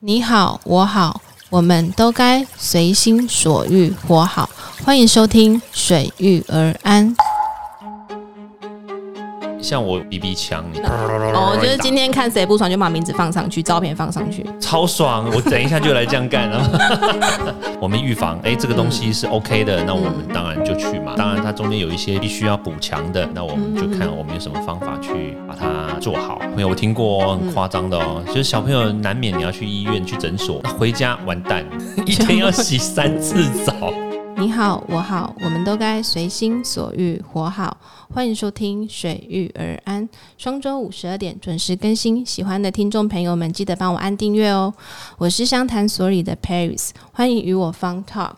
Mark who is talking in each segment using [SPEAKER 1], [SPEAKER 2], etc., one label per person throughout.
[SPEAKER 1] 你好，我好，我们都该随心所欲活好。欢迎收听《水遇而安》。
[SPEAKER 2] 像我 BB 枪，你
[SPEAKER 3] 哦，就是今天看谁不爽就把名字放上去，照片放上去。
[SPEAKER 2] 超爽，我等一下就来这样干 了。我们预防，哎、这个东西
[SPEAKER 3] 嗯
[SPEAKER 2] 是 OK 的，那我们当然就去嘛。当然，它中间有一些必须要补强的，那我
[SPEAKER 3] 嗯
[SPEAKER 2] 们就看我们有什么方法去把它做好。朋友，我听过哦很夸张的
[SPEAKER 3] 嗯
[SPEAKER 2] 哦，就是小朋友难免你要去医院、去诊所，那回家完 蛋，一天要洗三次澡。
[SPEAKER 1] 你好，我好，我们都该随心所欲活好。欢迎收听《水遇而安》，双周五十二点准时更新。喜欢的听众朋友们，记得帮我按订阅哦。我是湘潭所里的 Paris，欢迎与我 Fun Talk。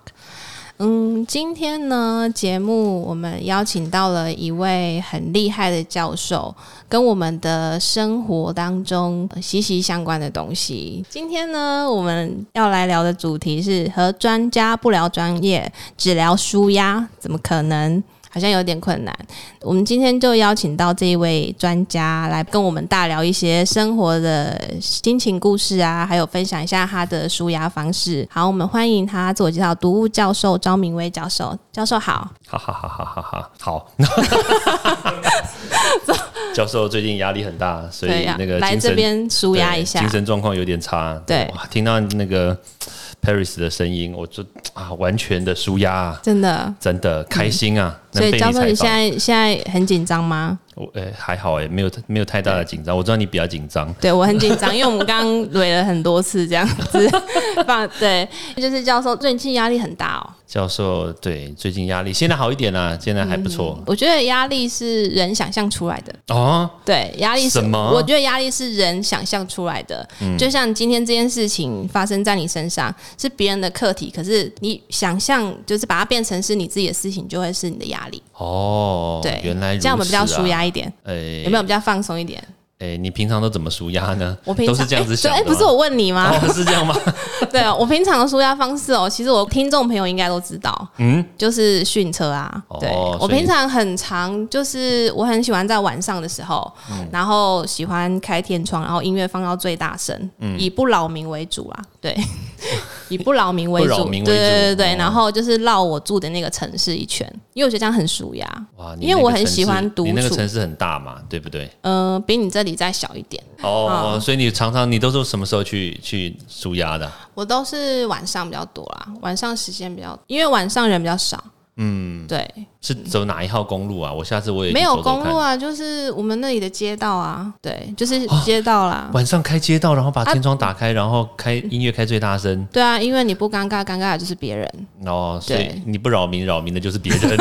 [SPEAKER 1] 嗯，今天呢，节目我们邀请到了一位很厉害的教授，跟我们的生活当中呃息息相关的东西。今天呢，我们要来聊的主题是和专家不聊专业，只聊舒压，怎么可能？好像有点困难。我们今天就邀请到这一位专家来跟我们大聊一些生活的心情故事啊，还有分享一下他的舒压方式。好，我们欢迎他自我介绍，读物教授张明威教授。教授好，
[SPEAKER 2] 哈哈哈哈哈哈！ 好，教授最近压力很大，所以那个
[SPEAKER 1] 啊来
[SPEAKER 2] 精神
[SPEAKER 1] 这边舒压一下
[SPEAKER 2] 对精。神状况有点差。
[SPEAKER 1] 对
[SPEAKER 2] 哇，听到那个 Paris 的声音，我就啊，完全的舒压、啊，
[SPEAKER 1] 真的，
[SPEAKER 2] 真的开心啊！
[SPEAKER 1] 嗯所
[SPEAKER 2] 能
[SPEAKER 1] 以
[SPEAKER 2] 被
[SPEAKER 1] 教授，
[SPEAKER 2] 采
[SPEAKER 1] 你现
[SPEAKER 2] 访，
[SPEAKER 1] 在现在很紧张吗？
[SPEAKER 2] 我呃、还好哎、没有没有太大的紧张。我知道你比较紧张，
[SPEAKER 1] 对我很紧张，因为我们刚刚怼了很多次这样子， 放对，就是教授最近压力很大哦。
[SPEAKER 2] 教授对最近压力现在好一点啦、现在还不错、
[SPEAKER 1] 我觉得压力是人想象出来的，
[SPEAKER 2] 哦。
[SPEAKER 1] 对，压力是
[SPEAKER 2] 什么嗯
[SPEAKER 1] 我觉得压力是人想象出来的，就像今天这件事情发生在你身上，是别人的课题，可是你想象就是把它变成是你自己的事情，就会是你的压力。
[SPEAKER 2] 哦，
[SPEAKER 1] 对，
[SPEAKER 2] 原来如此、啊、
[SPEAKER 1] 这样我们比较舒。压一点，
[SPEAKER 2] 哎、
[SPEAKER 1] 有没有比较放松一点？
[SPEAKER 2] 哎、你平常都怎么舒压呢？
[SPEAKER 1] 我平
[SPEAKER 2] 都
[SPEAKER 1] 常
[SPEAKER 2] 是这样子想
[SPEAKER 1] 哎、
[SPEAKER 2] 的
[SPEAKER 1] 对哎
[SPEAKER 2] 吗、
[SPEAKER 1] 不是我问你吗？
[SPEAKER 2] 哦，是这 样吗？
[SPEAKER 1] 对啊，我平常的舒压方式哦，其实我听众朋友应该都知道，嗯，就是训车啊。
[SPEAKER 2] 哦
[SPEAKER 1] 对
[SPEAKER 2] 所以，
[SPEAKER 1] 我平常很常就是我很喜欢在晚上的时候，
[SPEAKER 2] 嗯
[SPEAKER 1] 然后喜欢开天窗，然后音乐放到最大声，
[SPEAKER 2] 嗯
[SPEAKER 1] 以不扰民为主啦。 对，以不扰民为
[SPEAKER 2] 不扰
[SPEAKER 1] 主，
[SPEAKER 2] 民为
[SPEAKER 1] 对对对
[SPEAKER 2] 主
[SPEAKER 1] 对
[SPEAKER 2] 哦
[SPEAKER 1] 然后就是绕我住的那个城市一圈，因为我觉得这样很舒压。
[SPEAKER 2] 哇，
[SPEAKER 1] 因为
[SPEAKER 2] 那个
[SPEAKER 1] 我很
[SPEAKER 2] 城
[SPEAKER 1] 喜
[SPEAKER 2] 市
[SPEAKER 1] 欢独
[SPEAKER 2] 你那个
[SPEAKER 1] 处
[SPEAKER 2] 城市很大嘛，对不对？
[SPEAKER 1] 呃，比你这里再小一点，啊
[SPEAKER 2] 哦，所以你常常你都是什么时候去去舒压的？
[SPEAKER 1] 我都是晚上比较多啦，晚上时间比较，因为晚上人比较少。嗯，对，
[SPEAKER 2] 是走哪一号公路啊？我下次我也去
[SPEAKER 1] 没有
[SPEAKER 2] 走走
[SPEAKER 1] 公
[SPEAKER 2] 看哦
[SPEAKER 1] 路。啊，就是我们那里的街道啊，对，就是街道啦。
[SPEAKER 2] 晚上开街道，然后
[SPEAKER 1] 啊
[SPEAKER 2] 把天窗打开，然后开音乐开最大声，
[SPEAKER 1] 对啊，因为你不尴尬，尴尬的就是别 人
[SPEAKER 2] 哦，所以
[SPEAKER 1] 对
[SPEAKER 2] 你不扰民，扰民的就是 别人。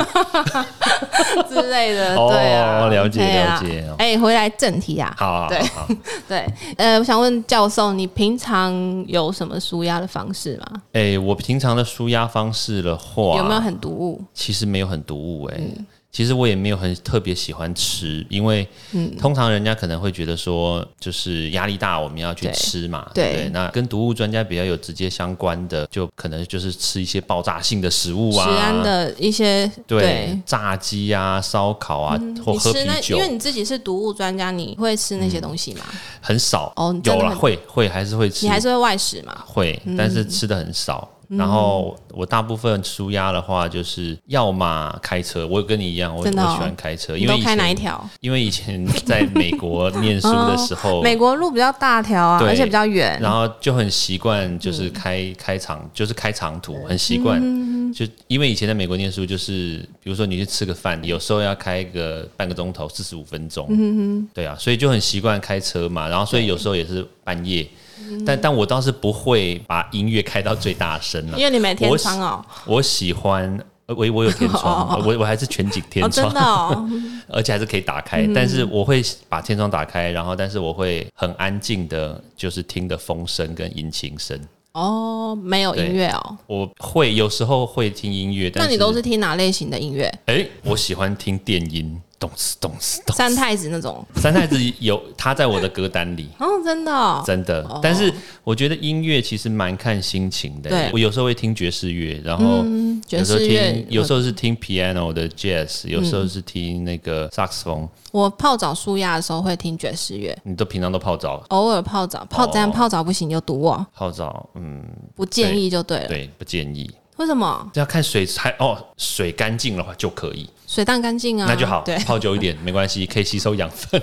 [SPEAKER 1] 之类的。
[SPEAKER 2] 哦
[SPEAKER 1] 对啊，
[SPEAKER 2] 了解
[SPEAKER 1] 对啊
[SPEAKER 2] 了解哦
[SPEAKER 1] 哎、回来正题啊，
[SPEAKER 2] 好，好
[SPEAKER 1] 对
[SPEAKER 2] 好好
[SPEAKER 1] 对，呃，我想问教授，你平常有什么舒压的方式吗？
[SPEAKER 2] 哎，我平常的舒压方式的话，
[SPEAKER 1] 有没有很毒物？
[SPEAKER 2] 其实没有很毒物哎、
[SPEAKER 1] 嗯
[SPEAKER 2] 其实我也没有很特别喜欢吃，因为
[SPEAKER 1] 嗯
[SPEAKER 2] 通常人家可能会觉得说，就是压力大，我们要去
[SPEAKER 1] 对
[SPEAKER 2] 吃嘛，
[SPEAKER 1] 对
[SPEAKER 2] 对不对？那跟毒物专家比较有直接相关的，就可能就是吃一些爆炸性的食物啊，
[SPEAKER 1] 食安的一些
[SPEAKER 2] 对，炸鸡啊、烧烤啊，或
[SPEAKER 1] 嗯你
[SPEAKER 2] 喝
[SPEAKER 1] 吃
[SPEAKER 2] 啤
[SPEAKER 1] 那，因
[SPEAKER 2] 酒嗯
[SPEAKER 1] 为你自己是毒物专家，你会吃那些东西吗？
[SPEAKER 2] 很少，
[SPEAKER 1] 哦你真
[SPEAKER 2] 有
[SPEAKER 1] 的
[SPEAKER 2] 啦，
[SPEAKER 1] 很
[SPEAKER 2] 会会还是会吃，
[SPEAKER 1] 你还是嗯会外食吗？
[SPEAKER 2] 会，但是吃的很少。然后我大部分舒压的话，就是要么开车，我跟你一样，我、我
[SPEAKER 1] 真
[SPEAKER 2] 喜
[SPEAKER 1] 的哦
[SPEAKER 2] 欢开车，
[SPEAKER 1] 你
[SPEAKER 2] 因为
[SPEAKER 1] 都
[SPEAKER 2] 以
[SPEAKER 1] 开
[SPEAKER 2] 前
[SPEAKER 1] 哪一条？
[SPEAKER 2] 因为以前在美国念书的时 候，
[SPEAKER 1] 美国路比较大条啊，
[SPEAKER 2] 哦对
[SPEAKER 1] 而且比较远。
[SPEAKER 2] 然后就很习惯，就是开、开长，就是开长途，很习惯。
[SPEAKER 1] 嗯
[SPEAKER 2] 就因为以前在美国念书，就是比如说你去吃个饭，有时候要开个半个钟头，四十五分钟。
[SPEAKER 1] 嗯
[SPEAKER 2] 对啊，所以就很习惯开车嘛。然后所以有时候也是半夜，
[SPEAKER 1] 嗯
[SPEAKER 2] 但但我倒是不会把音乐开到最大声 了
[SPEAKER 1] 因。为你没天
[SPEAKER 2] 我
[SPEAKER 1] 窗哦，
[SPEAKER 2] 我喜欢，呃我我有天窗，
[SPEAKER 1] 哦
[SPEAKER 2] 我我还是全景天
[SPEAKER 1] 哦，
[SPEAKER 2] 窗。
[SPEAKER 1] 真的哦，
[SPEAKER 2] 而且还是可以打开，但是我会把天窗打开，然后但是我会很安静的，就是听的风声跟引擎声。
[SPEAKER 1] 哦，没有音乐哦。
[SPEAKER 2] 我会有时候会听音乐，但
[SPEAKER 1] 那
[SPEAKER 2] 是
[SPEAKER 1] 你都是听哪类型的音乐？
[SPEAKER 2] 哎、我喜欢听电音，咚哧咚哧咚哧。
[SPEAKER 1] 三太子那种，
[SPEAKER 2] 三太子有他在我的歌单里，
[SPEAKER 1] 哦，真的、哦，
[SPEAKER 2] 真的。但是我觉得音乐其实蛮看心情的。
[SPEAKER 1] 对
[SPEAKER 2] 我有时候会听爵士乐，然后有时候
[SPEAKER 1] 爵士乐
[SPEAKER 2] 听，有时候是听 piano 的 jazz，有时候是听那个萨克斯风。
[SPEAKER 1] 我泡澡舒压的时候会听爵士乐，
[SPEAKER 2] 你都平常都泡澡，
[SPEAKER 1] 偶尔泡澡，泡但
[SPEAKER 2] 哦
[SPEAKER 1] 泡澡不行就堵我，
[SPEAKER 2] 泡澡，嗯，
[SPEAKER 1] 不建议就对了。
[SPEAKER 2] 对，不建议。
[SPEAKER 1] 为什么？
[SPEAKER 2] 要看水才哦，水干净的话就可以，
[SPEAKER 1] 水当干净啊，
[SPEAKER 2] 那就好
[SPEAKER 1] 对，，
[SPEAKER 2] 泡久一点没 关系，可以吸收养分，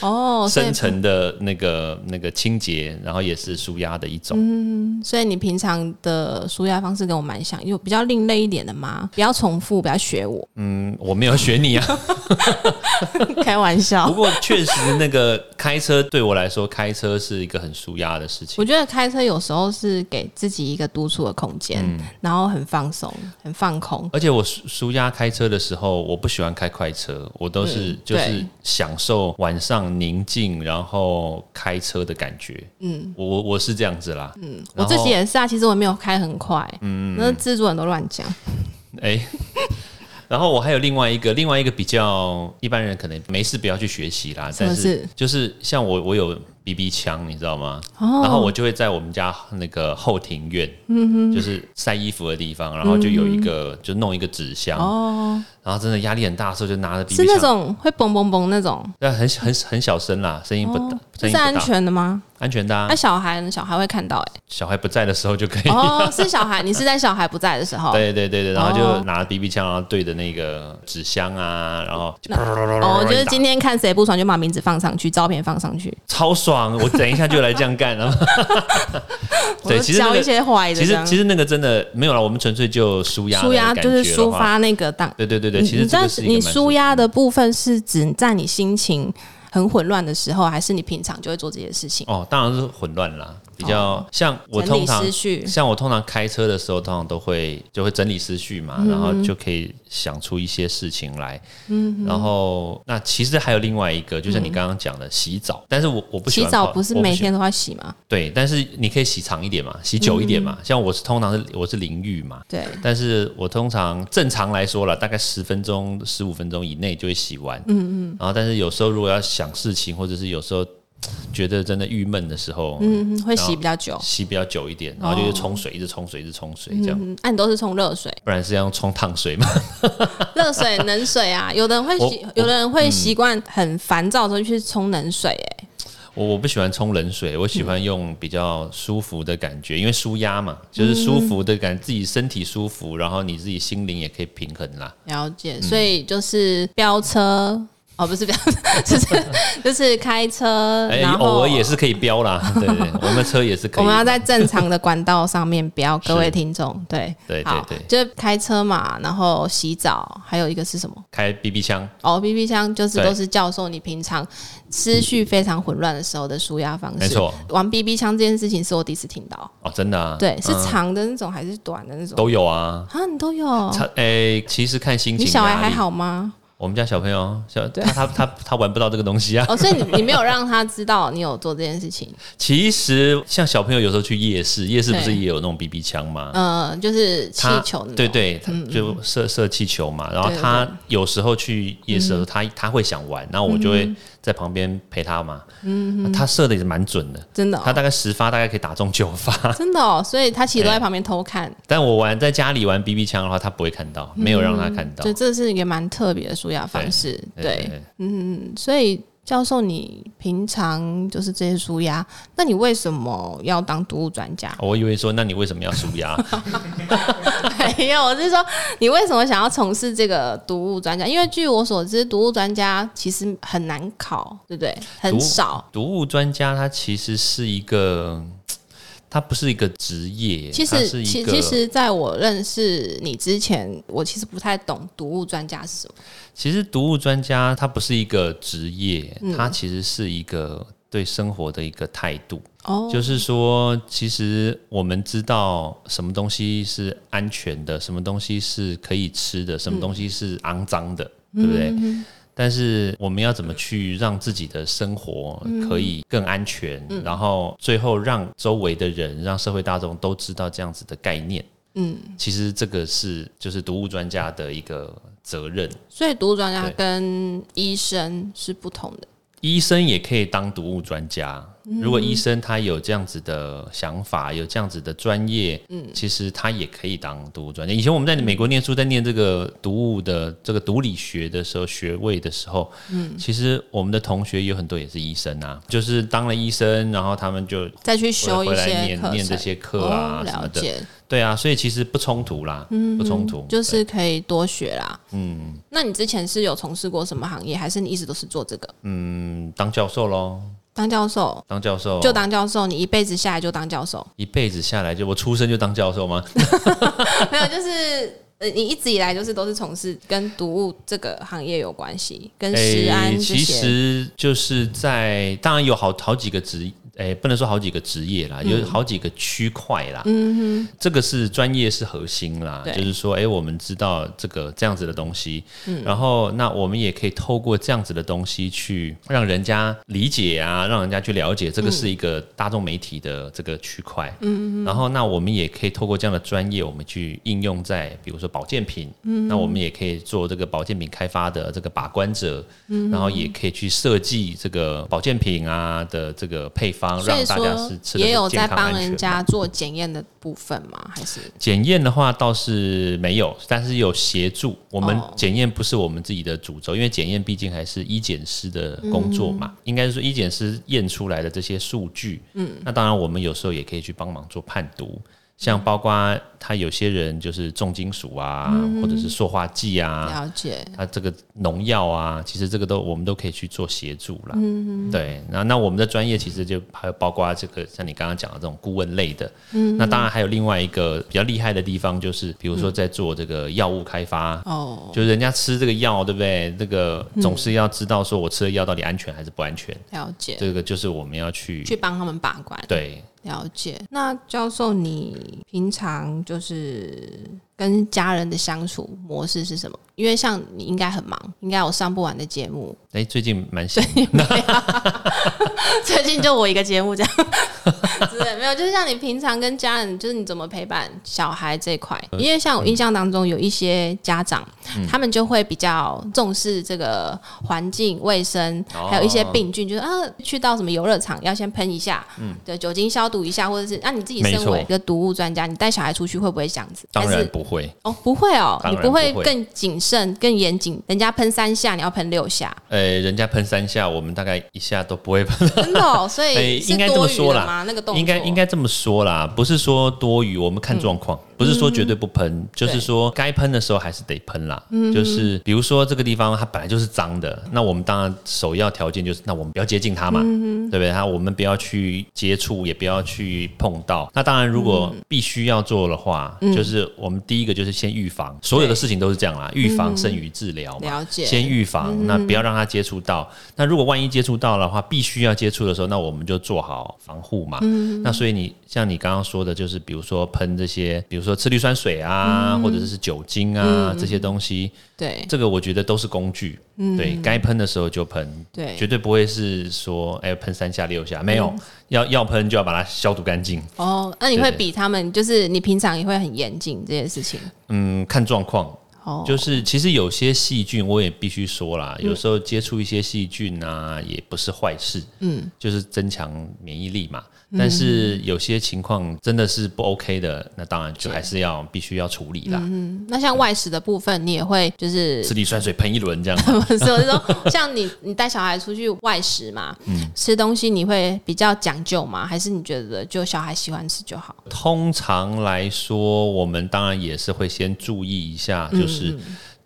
[SPEAKER 1] 哦，所以
[SPEAKER 2] 深层的那个那个清洁，然后也是舒压的一种。
[SPEAKER 1] 嗯所以你平常的舒压方式跟我蛮像，有比较另类一点的吗？不要重复，不要学我，
[SPEAKER 2] 嗯，我没有学你啊， 嗯
[SPEAKER 1] 开玩
[SPEAKER 2] 不
[SPEAKER 1] 笑。
[SPEAKER 2] 过确实那个开车对我来说，开车是一个很舒压的事情
[SPEAKER 1] 我。觉得开车有时候是给自己一个独处的空间，
[SPEAKER 2] 嗯
[SPEAKER 1] 然后很放松，很放空。
[SPEAKER 2] 而且我舒舒压开车的时候，我不喜欢开快车，我都是
[SPEAKER 1] 嗯
[SPEAKER 2] 就是
[SPEAKER 1] 对
[SPEAKER 2] 享受晚上宁静，然后开车的感觉。嗯，我我我是这样子啦。嗯，
[SPEAKER 1] 我自己也是啊，其实我也没有开很快，嗯，那制作人都乱讲。
[SPEAKER 2] 哎、然后我还有另外一个，另外一个比较一般人可能没事不要去学习啦，
[SPEAKER 1] 什么
[SPEAKER 2] 但是
[SPEAKER 1] 事
[SPEAKER 2] 就是像我，我有 BB 枪，你知道吗？
[SPEAKER 1] 哦嗯
[SPEAKER 2] 然后我就会在我们家那个后庭院，就是晒衣服的地方，然后就有一个、就弄一个纸箱，
[SPEAKER 1] 哦，
[SPEAKER 2] 然后真的压力很大的时候就拿着
[SPEAKER 1] 是
[SPEAKER 2] BB
[SPEAKER 1] 那
[SPEAKER 2] 枪，
[SPEAKER 1] 种会嘣嘣嘣那种，
[SPEAKER 2] 但很很很小声啦，声音不大，
[SPEAKER 1] 这哦是
[SPEAKER 2] 声音不大，
[SPEAKER 1] 安全的吗？
[SPEAKER 2] 安全的、啊
[SPEAKER 1] 那、，小孩呢？小孩会看到哎、
[SPEAKER 2] 小孩不在的时候就可以。
[SPEAKER 1] 哦，是小孩，你是在小孩不在的时候，
[SPEAKER 2] 对对对对，然后就
[SPEAKER 1] 哦
[SPEAKER 2] 拿 BB 枪，然后对着那个纸箱啊，然后就
[SPEAKER 1] 哦，就是
[SPEAKER 2] 打
[SPEAKER 1] 今天看谁不爽就把名字放上去，照片放上去，
[SPEAKER 2] 超爽！我等一下就来这样干，然后
[SPEAKER 1] 我就
[SPEAKER 2] 对，其实、那
[SPEAKER 1] 教
[SPEAKER 2] 个、
[SPEAKER 1] 一些坏的
[SPEAKER 2] 其
[SPEAKER 1] 这
[SPEAKER 2] 实
[SPEAKER 1] 样，
[SPEAKER 2] 其实那个真的没有了，我们纯粹就舒压，
[SPEAKER 1] 舒压就是抒。发那个当。
[SPEAKER 2] 对对对对，
[SPEAKER 1] 你
[SPEAKER 2] 其实
[SPEAKER 1] 你知
[SPEAKER 2] 这
[SPEAKER 1] 道
[SPEAKER 2] 个是一个
[SPEAKER 1] 你
[SPEAKER 2] 蛮
[SPEAKER 1] 舒压的部分是指在你心情很混乱的时候，还是你平常就会做这些事情？
[SPEAKER 2] 哦，当然是混乱啦，比较、像我
[SPEAKER 1] 哦整
[SPEAKER 2] 通
[SPEAKER 1] 理
[SPEAKER 2] 常
[SPEAKER 1] 思绪
[SPEAKER 2] 像我通常开车的时候，通常都会就会整理思绪嘛，
[SPEAKER 1] 嗯
[SPEAKER 2] 然后就可以想出一些事情来。嗯，然后那其实还有另外一个，就像你刚刚讲的洗澡，但是我我不喜
[SPEAKER 1] 嗯洗
[SPEAKER 2] 欢
[SPEAKER 1] 澡
[SPEAKER 2] 泡
[SPEAKER 1] 不是
[SPEAKER 2] 我
[SPEAKER 1] 每
[SPEAKER 2] 喜
[SPEAKER 1] 天都要洗吗？
[SPEAKER 2] 对，但是你可以洗长一点嘛，洗久一点嘛。像我是通常是我是淋浴嘛，
[SPEAKER 1] 对，
[SPEAKER 2] 但是我通常正常来说了，大概十分钟、十五分钟以内就会洗完。嗯嗯。然后，但是有时候如果要想事情，或者是有时候觉得真的郁闷的时候，
[SPEAKER 1] 嗯，会
[SPEAKER 2] 然
[SPEAKER 1] 洗
[SPEAKER 2] 后
[SPEAKER 1] 比较久。
[SPEAKER 2] 洗比较久一点，然后就是冲水，一直冲水，一直冲水这样。
[SPEAKER 1] 嗯，那、你都是冲热 水，
[SPEAKER 2] 不然是要用冲烫水嘛？
[SPEAKER 1] 热水、冷水啊。有的人会习
[SPEAKER 2] 我，嗯
[SPEAKER 1] 有的人会习惯很烦躁的时候去冲冷水、哎，
[SPEAKER 2] 我我不喜欢冲冷水，我喜欢用比较舒服的感觉，因为舒压嘛，就是舒服的感，自己身体舒服，然后你自己心灵也可以平衡啦。
[SPEAKER 1] 了
[SPEAKER 2] 嗯
[SPEAKER 1] 解。所以就是飙车。哦，不是飙， 就是就是开车，
[SPEAKER 2] 哎、
[SPEAKER 1] 呃然后
[SPEAKER 2] 偶尔也是可以 飙啦，对对对，我们车也是可以。
[SPEAKER 1] 我们要在正常的管道上面飙，
[SPEAKER 2] 是
[SPEAKER 1] 各位听众，对
[SPEAKER 2] 对对
[SPEAKER 1] 好
[SPEAKER 2] 对
[SPEAKER 1] 就是开车嘛，然后洗澡，还有一个是什么？
[SPEAKER 2] 开 BB 枪，
[SPEAKER 1] 哦，B B 箱就是
[SPEAKER 2] 对
[SPEAKER 1] 都是教授你平常思绪非常混乱的时候的舒压方式。
[SPEAKER 2] 没错，
[SPEAKER 1] 玩 B B 箱这件事情是我第一次听到，
[SPEAKER 2] 哦，真的啊，
[SPEAKER 1] 对，是
[SPEAKER 2] 嗯
[SPEAKER 1] 长的那种还是短的那种？
[SPEAKER 2] 都有啊。
[SPEAKER 1] 啊，你都有？
[SPEAKER 2] 他哎、其实看心情。啊
[SPEAKER 1] 你小孩还？好吗？
[SPEAKER 2] 我们家小朋友小他他他他玩不到这个东西啊。
[SPEAKER 1] 哦，所以你你没有让他知道你有做这件事情，
[SPEAKER 2] 其实像小朋友有时候去夜市，夜市不是
[SPEAKER 1] 对
[SPEAKER 2] 也有那种 BB 枪吗？
[SPEAKER 1] 呃，就是气
[SPEAKER 2] 他
[SPEAKER 1] 球那种。
[SPEAKER 2] 对对，他就射射气球嘛。然后
[SPEAKER 1] 嗯对对嗯
[SPEAKER 2] 他有时候去夜市的时候，他他会想玩，然后我就会在旁边陪他嘛。嗯，他射的也是蛮准的，
[SPEAKER 1] 真的
[SPEAKER 2] 他
[SPEAKER 1] 哦，
[SPEAKER 2] 大概十发大概可以打中九发。
[SPEAKER 1] 真的哦，所以他其实都
[SPEAKER 2] 哎
[SPEAKER 1] 在旁边偷看，
[SPEAKER 2] 但我玩在家里玩 BB 枪的话，他不会看到，没有让他看到？
[SPEAKER 1] 嗯就。这是一个蛮特别的舒压方式，对。所以教授，你平常就是这些舒压，那你为什么要当毒物专家
[SPEAKER 2] 哦我以为说，那你为什么要输 压？
[SPEAKER 1] 没有，我是说你为什么想要从事这个毒物专家？因为据我所知，毒物专家其实很难考，对不对？很少。
[SPEAKER 2] 毒物专家他其实是一个，他不是一个职业，
[SPEAKER 1] 其
[SPEAKER 2] 它
[SPEAKER 1] 实，
[SPEAKER 2] 是
[SPEAKER 1] 其
[SPEAKER 2] 一个
[SPEAKER 1] 其实，在我认识你之前，我其实不太懂毒物专家是什么。
[SPEAKER 2] 其实毒物专家他不是一个职业，他其实是一个对生活的一个态度。
[SPEAKER 1] 哦，
[SPEAKER 2] 就是说，其实我们知道什么东西是安全的，什么东西是可以吃的，什么东西是肮脏的，对不对？但是我们要怎么去让自己的生活可以更安全，然后最后让周围的人、让社会大众都知道这样子的概念。嗯，其实这个是就是毒物专家的一个责任。
[SPEAKER 1] 所以毒物专家跟医生是不同的。
[SPEAKER 2] 医生也可以当毒物专家。
[SPEAKER 1] 嗯
[SPEAKER 2] 如果医生他有这样子的想法，有这样子的专业，嗯，其实他也可以当毒物专家。以前我们在美国念书，在念这个毒物的这个毒理学的时候，学位的时候，嗯，其实我们的同学有很多也是医生啊，就是当了医生，然后他们就
[SPEAKER 1] 再去修一
[SPEAKER 2] 回来
[SPEAKER 1] 些课
[SPEAKER 2] 念念这
[SPEAKER 1] 程
[SPEAKER 2] 些课啊
[SPEAKER 1] 哦
[SPEAKER 2] 什么
[SPEAKER 1] 了
[SPEAKER 2] 的。
[SPEAKER 1] 解，嗯
[SPEAKER 2] 对啊，所以其实不冲突啦，不冲突，
[SPEAKER 1] 就是可以多学啦。
[SPEAKER 2] 嗯
[SPEAKER 1] 那你之前是有从事过什么行业，还是你一直都是做这个？
[SPEAKER 2] 嗯，哦当教授喽，
[SPEAKER 1] 当教授
[SPEAKER 2] 当教授
[SPEAKER 1] 就当教授，你一辈子下来就当教授，
[SPEAKER 2] 一辈子下来就我出生就当教授吗？
[SPEAKER 1] 没有就是。呃，你一直以来就是都是从事跟毒物这个行业有关系，跟食安这
[SPEAKER 2] 其
[SPEAKER 1] 些，
[SPEAKER 2] 实就是在，当然有好好几个职，哎、不能说好几个职业
[SPEAKER 1] 嗯
[SPEAKER 2] 啦，有好几个区块啦。嗯哼，这个是专业是核心啦，
[SPEAKER 1] 对
[SPEAKER 2] 就是说，哎、我们知道这个这样子的东西，
[SPEAKER 1] 嗯
[SPEAKER 2] 然后那我们也可以透过这样子的东西去让人家理解啊，让人家去了解，这个
[SPEAKER 1] 嗯
[SPEAKER 2] 是一个大众媒体的这个区块。嗯，然后那我们也可以透过这样的专业，我们去应用在比如说保健品，嗯，那我们也可以做这个保健品开发的这个把关者，嗯，然后也可以去设计这个保健品啊的这个配方，
[SPEAKER 1] 所
[SPEAKER 2] 让
[SPEAKER 1] 以
[SPEAKER 2] 大家
[SPEAKER 1] 说
[SPEAKER 2] 是吃的
[SPEAKER 1] 也有
[SPEAKER 2] 健
[SPEAKER 1] 在
[SPEAKER 2] 康
[SPEAKER 1] 帮
[SPEAKER 2] 安全
[SPEAKER 1] 人
[SPEAKER 2] 嘛
[SPEAKER 1] 家做检验的部分吗？还是
[SPEAKER 2] 检验的话倒是没有，但是有协助。我们
[SPEAKER 1] 哦
[SPEAKER 2] 检验不是我们自己的主轴，因为检验毕竟还是医检师的工作嘛。
[SPEAKER 1] 嗯
[SPEAKER 2] 应该是说医检师验出来的这些数据，嗯，那当然我们有时候也可以去帮忙做判读，
[SPEAKER 1] 嗯
[SPEAKER 2] 像包括他有些人就是重金属啊，或者是塑化剂啊，
[SPEAKER 1] 嗯了解？
[SPEAKER 2] 啊，这个农药啊，其实这个都我们都可以去做协助啦。嗯，对。那那我们的专业其实就还有包括这个，像你刚刚讲的这种顾问类的。嗯，那当然还有另外一个比较厉害的地方，就是比如说在做这个药物开发，
[SPEAKER 1] 哦，
[SPEAKER 2] 就是人家吃这个药，对不对？这个总是要知道说我吃的药到底安全还是不安全，
[SPEAKER 1] 了解，
[SPEAKER 2] 这个就是我们要去
[SPEAKER 1] 去帮他们把关。
[SPEAKER 2] 对。
[SPEAKER 1] 了解。那教授，你平常就是跟家人的相处模式是什么？因为像你应该很忙，应该有上不完的节目。
[SPEAKER 2] 哎、最近蛮闲的，
[SPEAKER 1] 最近就我一个节目这样，之类没有，就是像你平常跟家人，就是你怎么陪伴小孩这一块。
[SPEAKER 2] 嗯
[SPEAKER 1] 因为像我印象当中有一些家长，他们就会比较重视这个环境卫生，
[SPEAKER 2] 哦
[SPEAKER 1] 还有一些病菌，就是啊，去到什么游乐场要先喷一下，对，酒精消毒一下，或者是那、啊你自己
[SPEAKER 2] 嗯没
[SPEAKER 1] 身
[SPEAKER 2] 错
[SPEAKER 1] 为一个毒物专家，你带小孩出去会不会这样子？
[SPEAKER 2] 当
[SPEAKER 1] 还
[SPEAKER 2] 然
[SPEAKER 1] 是
[SPEAKER 2] 不会。
[SPEAKER 1] 哦，不会哦，
[SPEAKER 2] 当
[SPEAKER 1] 你
[SPEAKER 2] 然
[SPEAKER 1] 不会
[SPEAKER 2] 不会
[SPEAKER 1] 更谨慎、更严谨，人家喷三下，你要喷六下，
[SPEAKER 2] 呃、人家喷三下，我们大概一下都不会喷。
[SPEAKER 1] 真的、哦，所以
[SPEAKER 2] 哎
[SPEAKER 1] 是
[SPEAKER 2] 应该这么
[SPEAKER 1] 多余
[SPEAKER 2] 说
[SPEAKER 1] 的
[SPEAKER 2] 啦
[SPEAKER 1] 吗？那个动作
[SPEAKER 2] 应该应该这么说啦，不是说多余，我们看状况，
[SPEAKER 1] 嗯
[SPEAKER 2] 不是说绝对不喷，就是说该喷的时候还是得喷啦。
[SPEAKER 1] 嗯
[SPEAKER 2] 就是比如说这个地方它本来就是脏的，那我们当然首要条件就是，那我们不要接近它嘛，
[SPEAKER 1] 嗯
[SPEAKER 2] 对不对？它我们不要去接触，也不要去碰到。那当然，如果
[SPEAKER 1] 嗯
[SPEAKER 2] 必须要做的话，就是我们第一个就是先预防，所有的事情都是这样啦，预
[SPEAKER 1] 嗯
[SPEAKER 2] 防胜于治疗嘛。
[SPEAKER 1] 了解，嗯
[SPEAKER 2] 先预防，那不要让他接触到。那如果万一接触到的话，必须要接触的时候，那我们就做好防护嘛。
[SPEAKER 1] 嗯
[SPEAKER 2] 那所以你像你刚刚说的，就是比如说喷这些，比如说次氯酸水啊，
[SPEAKER 1] 嗯
[SPEAKER 2] 或者是酒精啊、这些东西，
[SPEAKER 1] 对
[SPEAKER 2] 这个我觉得都是工具。对该喷的时候就喷，
[SPEAKER 1] 嗯对
[SPEAKER 2] 绝对不会是说哎喷三下六下，没有，要要喷就要把它消毒干净。
[SPEAKER 1] 哦，那你会
[SPEAKER 2] 对
[SPEAKER 1] 比他们，就是你平常也会很严谨这件事情
[SPEAKER 2] 嗯，看状况。
[SPEAKER 1] 哦，
[SPEAKER 2] 就是其实有些细菌，我也必须说啦，有时候接触一些细菌啊，也不是坏事，嗯，就是增强免疫力嘛。但是有些情况真的是不 OK 的，那当然就还是嗯要必须要处理啦。
[SPEAKER 1] 那像外食的部分，你也会 就是
[SPEAKER 2] 次氯酸水喷一轮这样，
[SPEAKER 1] 不是，我是说， 像你你带小孩出去外食嘛，
[SPEAKER 2] 嗯
[SPEAKER 1] 吃东西你会比较讲究吗？还是你觉得就小孩喜欢吃就好？
[SPEAKER 2] 通常来说，我们当然也是会先注意一下，就是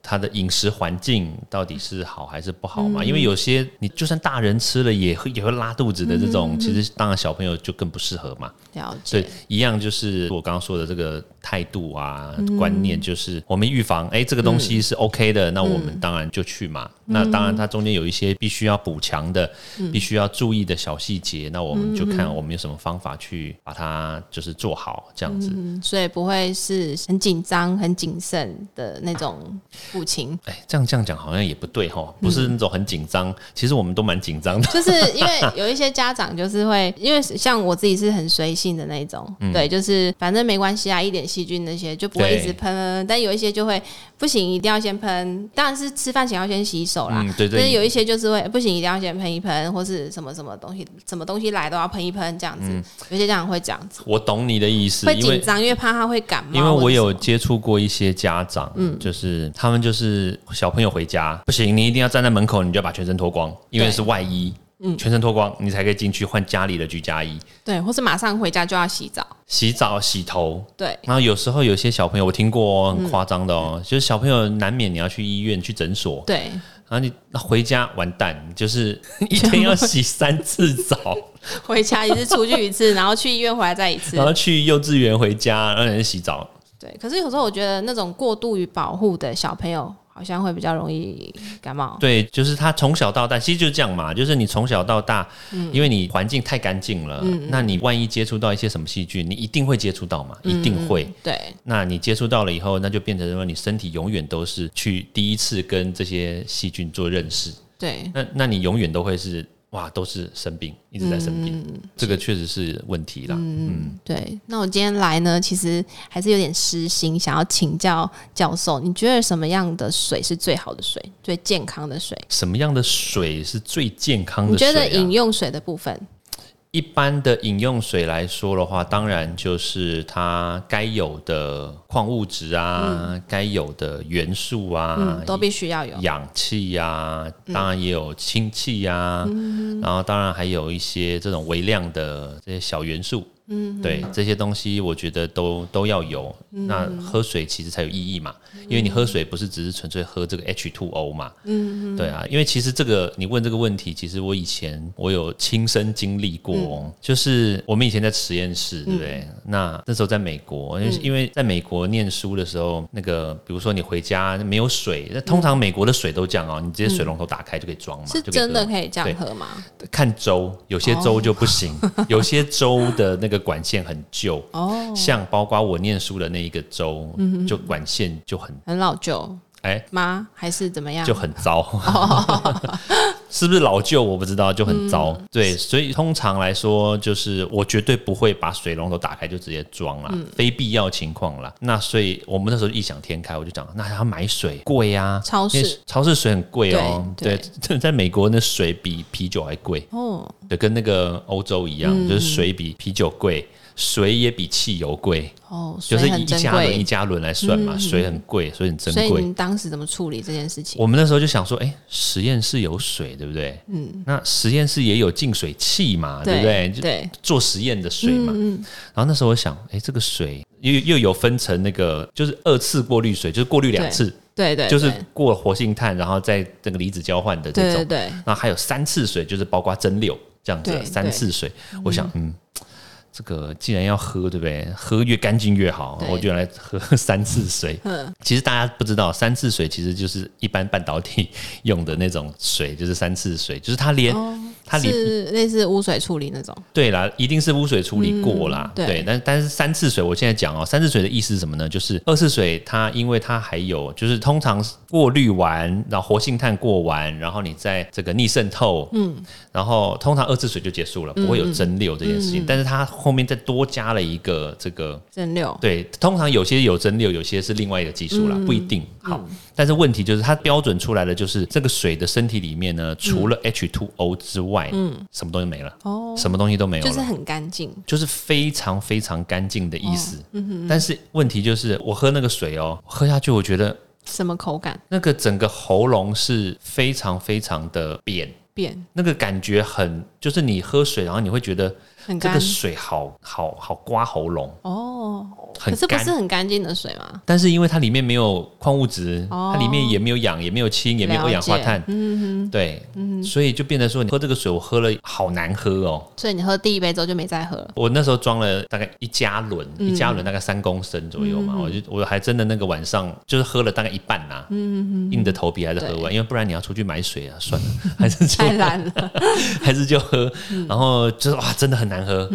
[SPEAKER 2] 他的饮食环境到底是好还是不好嘛。因为有些你就算大人吃了也会也会拉肚子的这种，其实当然小朋友就更不适合嘛。
[SPEAKER 1] 了
[SPEAKER 2] 对
[SPEAKER 1] 解，，
[SPEAKER 2] 一样就是我刚刚说的这个态度啊、观念，就是我们预防，哎、这个东西是 OK 的，那我们当然就去嘛。那当然，它中间有一些必须要补强的、必须要注意的小细节，那我们就看我们有什么方法去把它就是做好这样子。
[SPEAKER 1] 嗯，所以不会是很紧张、很谨慎的那种父亲，
[SPEAKER 2] 哎、这样这样讲好像也不对哈，不是那种很紧张，其实我们都蛮紧张的。
[SPEAKER 1] 就是因为有一些家长就是会，因为像我自己是很随性的那一种，对，就是反正没关系啊，一点细菌那些，就不会一直
[SPEAKER 2] 嗯对
[SPEAKER 1] 喷，但有一些就会不行，一定要先喷。当然是吃饭前要先洗手啦。
[SPEAKER 2] 嗯，对
[SPEAKER 1] 但是
[SPEAKER 2] 对，
[SPEAKER 1] 有一些就是会不行，一定要先喷一喷，或是什么什么东西，什么东西来都要喷一喷这样子。有些家长会这样子，
[SPEAKER 2] 我懂你的意思，
[SPEAKER 1] 会
[SPEAKER 2] 嗯因为
[SPEAKER 1] 紧张，因为怕他会感冒。
[SPEAKER 2] 因为我有
[SPEAKER 1] 或者
[SPEAKER 2] 接触过一些家长，嗯，就是他们就是小朋友回家，不行，你一定要站在门口，你就要把全身脱光，因为
[SPEAKER 1] 对
[SPEAKER 2] 是外衣，嗯，全身脱光，你才可以进去换家里的居家衣，
[SPEAKER 1] 什么对，或是马上回家就要洗澡。
[SPEAKER 2] 洗澡、洗头。
[SPEAKER 1] 对，
[SPEAKER 2] 然后有时候有些小朋友，我听过、哦、很夸张的哦，就是小朋友难免你要去医院、去诊所，
[SPEAKER 1] 对，
[SPEAKER 2] 然后你回家完蛋，就是 一天要洗三次 澡，
[SPEAKER 1] 回家一次，出去一次，然后去医院回来再一 次
[SPEAKER 2] 然。后去幼稚园回家，让人洗澡，
[SPEAKER 1] 对，可是有时候我觉得那种过度于保护的小朋友，好像会比较容易感冒。
[SPEAKER 2] 对，就是他从小到大，其实就是这样嘛，就是你从小到大，
[SPEAKER 1] 嗯
[SPEAKER 2] 因为你环境太干净了，那你万一接触到一些什么细菌，你一定会接触到
[SPEAKER 1] 嗯
[SPEAKER 2] 嘛，一定会。
[SPEAKER 1] 对，
[SPEAKER 2] 那你接触到了以后，那就变成说你身体永远都是去第一次跟这些细菌做认识，
[SPEAKER 1] 对，
[SPEAKER 2] 那那你永远都会是哇，都是生病，一直在生
[SPEAKER 1] 嗯
[SPEAKER 2] 病，这个确实是问题啦。嗯，
[SPEAKER 1] 对。那我今天来呢，其实还是有点私心，想要请教教授，你觉得什么样的水是最好的水，最健康的水？
[SPEAKER 2] 什么样的水是最健康
[SPEAKER 1] 你
[SPEAKER 2] 的水、啊？
[SPEAKER 1] 觉得饮用水的部分，
[SPEAKER 2] 一般的饮用水来说的话，当然就是它该有的矿物质啊，该有的元素啊，
[SPEAKER 1] 嗯，都必须要有。
[SPEAKER 2] 氧气啊，当然也有氢气啊，然后当然还有一些这种微量的这些小元素。嗯，对，这些东西我觉得都都要有。那喝水其实才有意义嘛，因为你喝水不是只是纯粹喝这个 H2O 嘛。嗯，对啊，因为其实这个你问这个问题，其实我以前我有亲身经历过哦，
[SPEAKER 1] 嗯
[SPEAKER 2] 就是我们以前在实验室，对不对？那那时候在美国，
[SPEAKER 1] 嗯
[SPEAKER 2] 因为因为在美国念书的时候，那个比如说你回家没有水，那通常美国的水都这样哦，你直接水龙头打开就可以装嘛，
[SPEAKER 1] 嗯是
[SPEAKER 2] 就可以
[SPEAKER 1] 真的
[SPEAKER 2] 喝
[SPEAKER 1] 可以这样
[SPEAKER 2] 对
[SPEAKER 1] 喝吗？
[SPEAKER 2] 看州，有些州就不行，有些州的那个管线很旧，
[SPEAKER 1] 哦，嗯
[SPEAKER 2] 像包括我念书的那一个州，就管线就很
[SPEAKER 1] 很老旧
[SPEAKER 2] 哎
[SPEAKER 1] 吗？还是怎么样？
[SPEAKER 2] 就很糟， 是不是老旧我不知道，就很糟。
[SPEAKER 1] 嗯
[SPEAKER 2] 对，所以通常来说，就是我绝对不会把水龙头打开就直接装啦，
[SPEAKER 1] 嗯
[SPEAKER 2] 非必要情况啦。那所以我们那时候异想天开，我就讲，那还要买水贵呀、
[SPEAKER 1] 超市
[SPEAKER 2] 因为超市水很贵哦、
[SPEAKER 1] 对
[SPEAKER 2] 对， 在美国那水比啤酒还贵。
[SPEAKER 1] 哦，
[SPEAKER 2] 对，跟那个欧洲一样，
[SPEAKER 1] 嗯
[SPEAKER 2] 就是水比啤酒贵，水也比汽油贵，
[SPEAKER 1] 哦，水
[SPEAKER 2] 就是以
[SPEAKER 1] 很
[SPEAKER 2] 一
[SPEAKER 1] 珍
[SPEAKER 2] 加仑一
[SPEAKER 1] 贵。嗯
[SPEAKER 2] 加仑来算嘛，水很贵，所以很珍
[SPEAKER 1] 所以
[SPEAKER 2] 贵。
[SPEAKER 1] 你当时怎么处理这件事情？
[SPEAKER 2] 我们那时候就想说，哎、实验室有水，对不对？嗯，那实验室也有净水器嘛，对不对？就
[SPEAKER 1] 对，嗯
[SPEAKER 2] 做实验的水嘛。然后那时候我想，哎、这个水又又有分成那个，就是二次过滤水，就是过滤两次，
[SPEAKER 1] 对对，
[SPEAKER 2] 就是过活性炭，然后再这个离子交换的这
[SPEAKER 1] 对
[SPEAKER 2] 种
[SPEAKER 1] 对。对，
[SPEAKER 2] 那还有三次水，就是包括蒸馏这样子
[SPEAKER 1] 对
[SPEAKER 2] 的三次水。我想，嗯，这个既然要喝，对不对？喝越干净越好
[SPEAKER 1] 对，嗯
[SPEAKER 2] 我就来喝三次水。其实大家不知道，三次水其实就是一般半导体用的那种水，就是三次水，就是它连、
[SPEAKER 1] 哦
[SPEAKER 2] 它里
[SPEAKER 1] 是类似污水处理那种。
[SPEAKER 2] 对啦，一定是污水处理过啦。
[SPEAKER 1] 嗯对
[SPEAKER 2] 对，但但是三次水，我现在讲哦，三次水的意思是什么呢？就是二次水它因为它还有就是通常过滤完，然后活性炭过完，然后你再这个逆渗透，嗯，然后通常二次水就结束了，不会
[SPEAKER 1] 嗯
[SPEAKER 2] 有蒸馏这件事情。但是它后面再多加了一个这个
[SPEAKER 1] 蒸馏，
[SPEAKER 2] 对，通常有些有蒸馏，有些是另外一个技术啦，
[SPEAKER 1] 嗯
[SPEAKER 2] 不一定好。但是问题就是它标准出来的就是这个水的身体里面
[SPEAKER 1] 嗯
[SPEAKER 2] 呢，除了 H2O 之外，嗯，什么东西没了，
[SPEAKER 1] 哦，
[SPEAKER 2] 什么东西都没有
[SPEAKER 1] 就
[SPEAKER 2] 了，
[SPEAKER 1] 是很干净。
[SPEAKER 2] 就是非常非常干净的意
[SPEAKER 1] 哦
[SPEAKER 2] 思。
[SPEAKER 1] 嗯
[SPEAKER 2] 但是问题就是，我喝那个水哦，喝下去我觉得
[SPEAKER 1] 什么口感
[SPEAKER 2] 那个整个喉咙是非常非常的扁，
[SPEAKER 1] 变
[SPEAKER 2] 那个感觉很，就是你喝水，然后你会觉得
[SPEAKER 1] 很
[SPEAKER 2] 这
[SPEAKER 1] 干
[SPEAKER 2] 个水好好好刮喉咙，
[SPEAKER 1] 哦，
[SPEAKER 2] 很
[SPEAKER 1] 可是不
[SPEAKER 2] 干
[SPEAKER 1] 是。很干净的水吗？
[SPEAKER 2] 但是因为它里面没有矿物质，
[SPEAKER 1] 哦
[SPEAKER 2] 它里面也没有氧，也没有氢，也没有二氧化碳
[SPEAKER 1] 了，解嗯
[SPEAKER 2] 对，所以就变得说，你喝这个水，我喝了好难喝哦。
[SPEAKER 1] 哼，所以你喝第一杯之后就没再 喝了。
[SPEAKER 2] 我那时候装了大概一加仑，
[SPEAKER 1] 嗯
[SPEAKER 2] 一加仑大概三公升左右嘛，我就我还真的那个晚上就是喝了大概一半
[SPEAKER 1] 嗯
[SPEAKER 2] 啦、硬着头皮还是喝完，因为不然你要出去买水啊，算了， 还是 就
[SPEAKER 1] 太烂了，
[SPEAKER 2] 还是就喝，
[SPEAKER 1] 嗯
[SPEAKER 2] 然后就是哇，真的很难喝，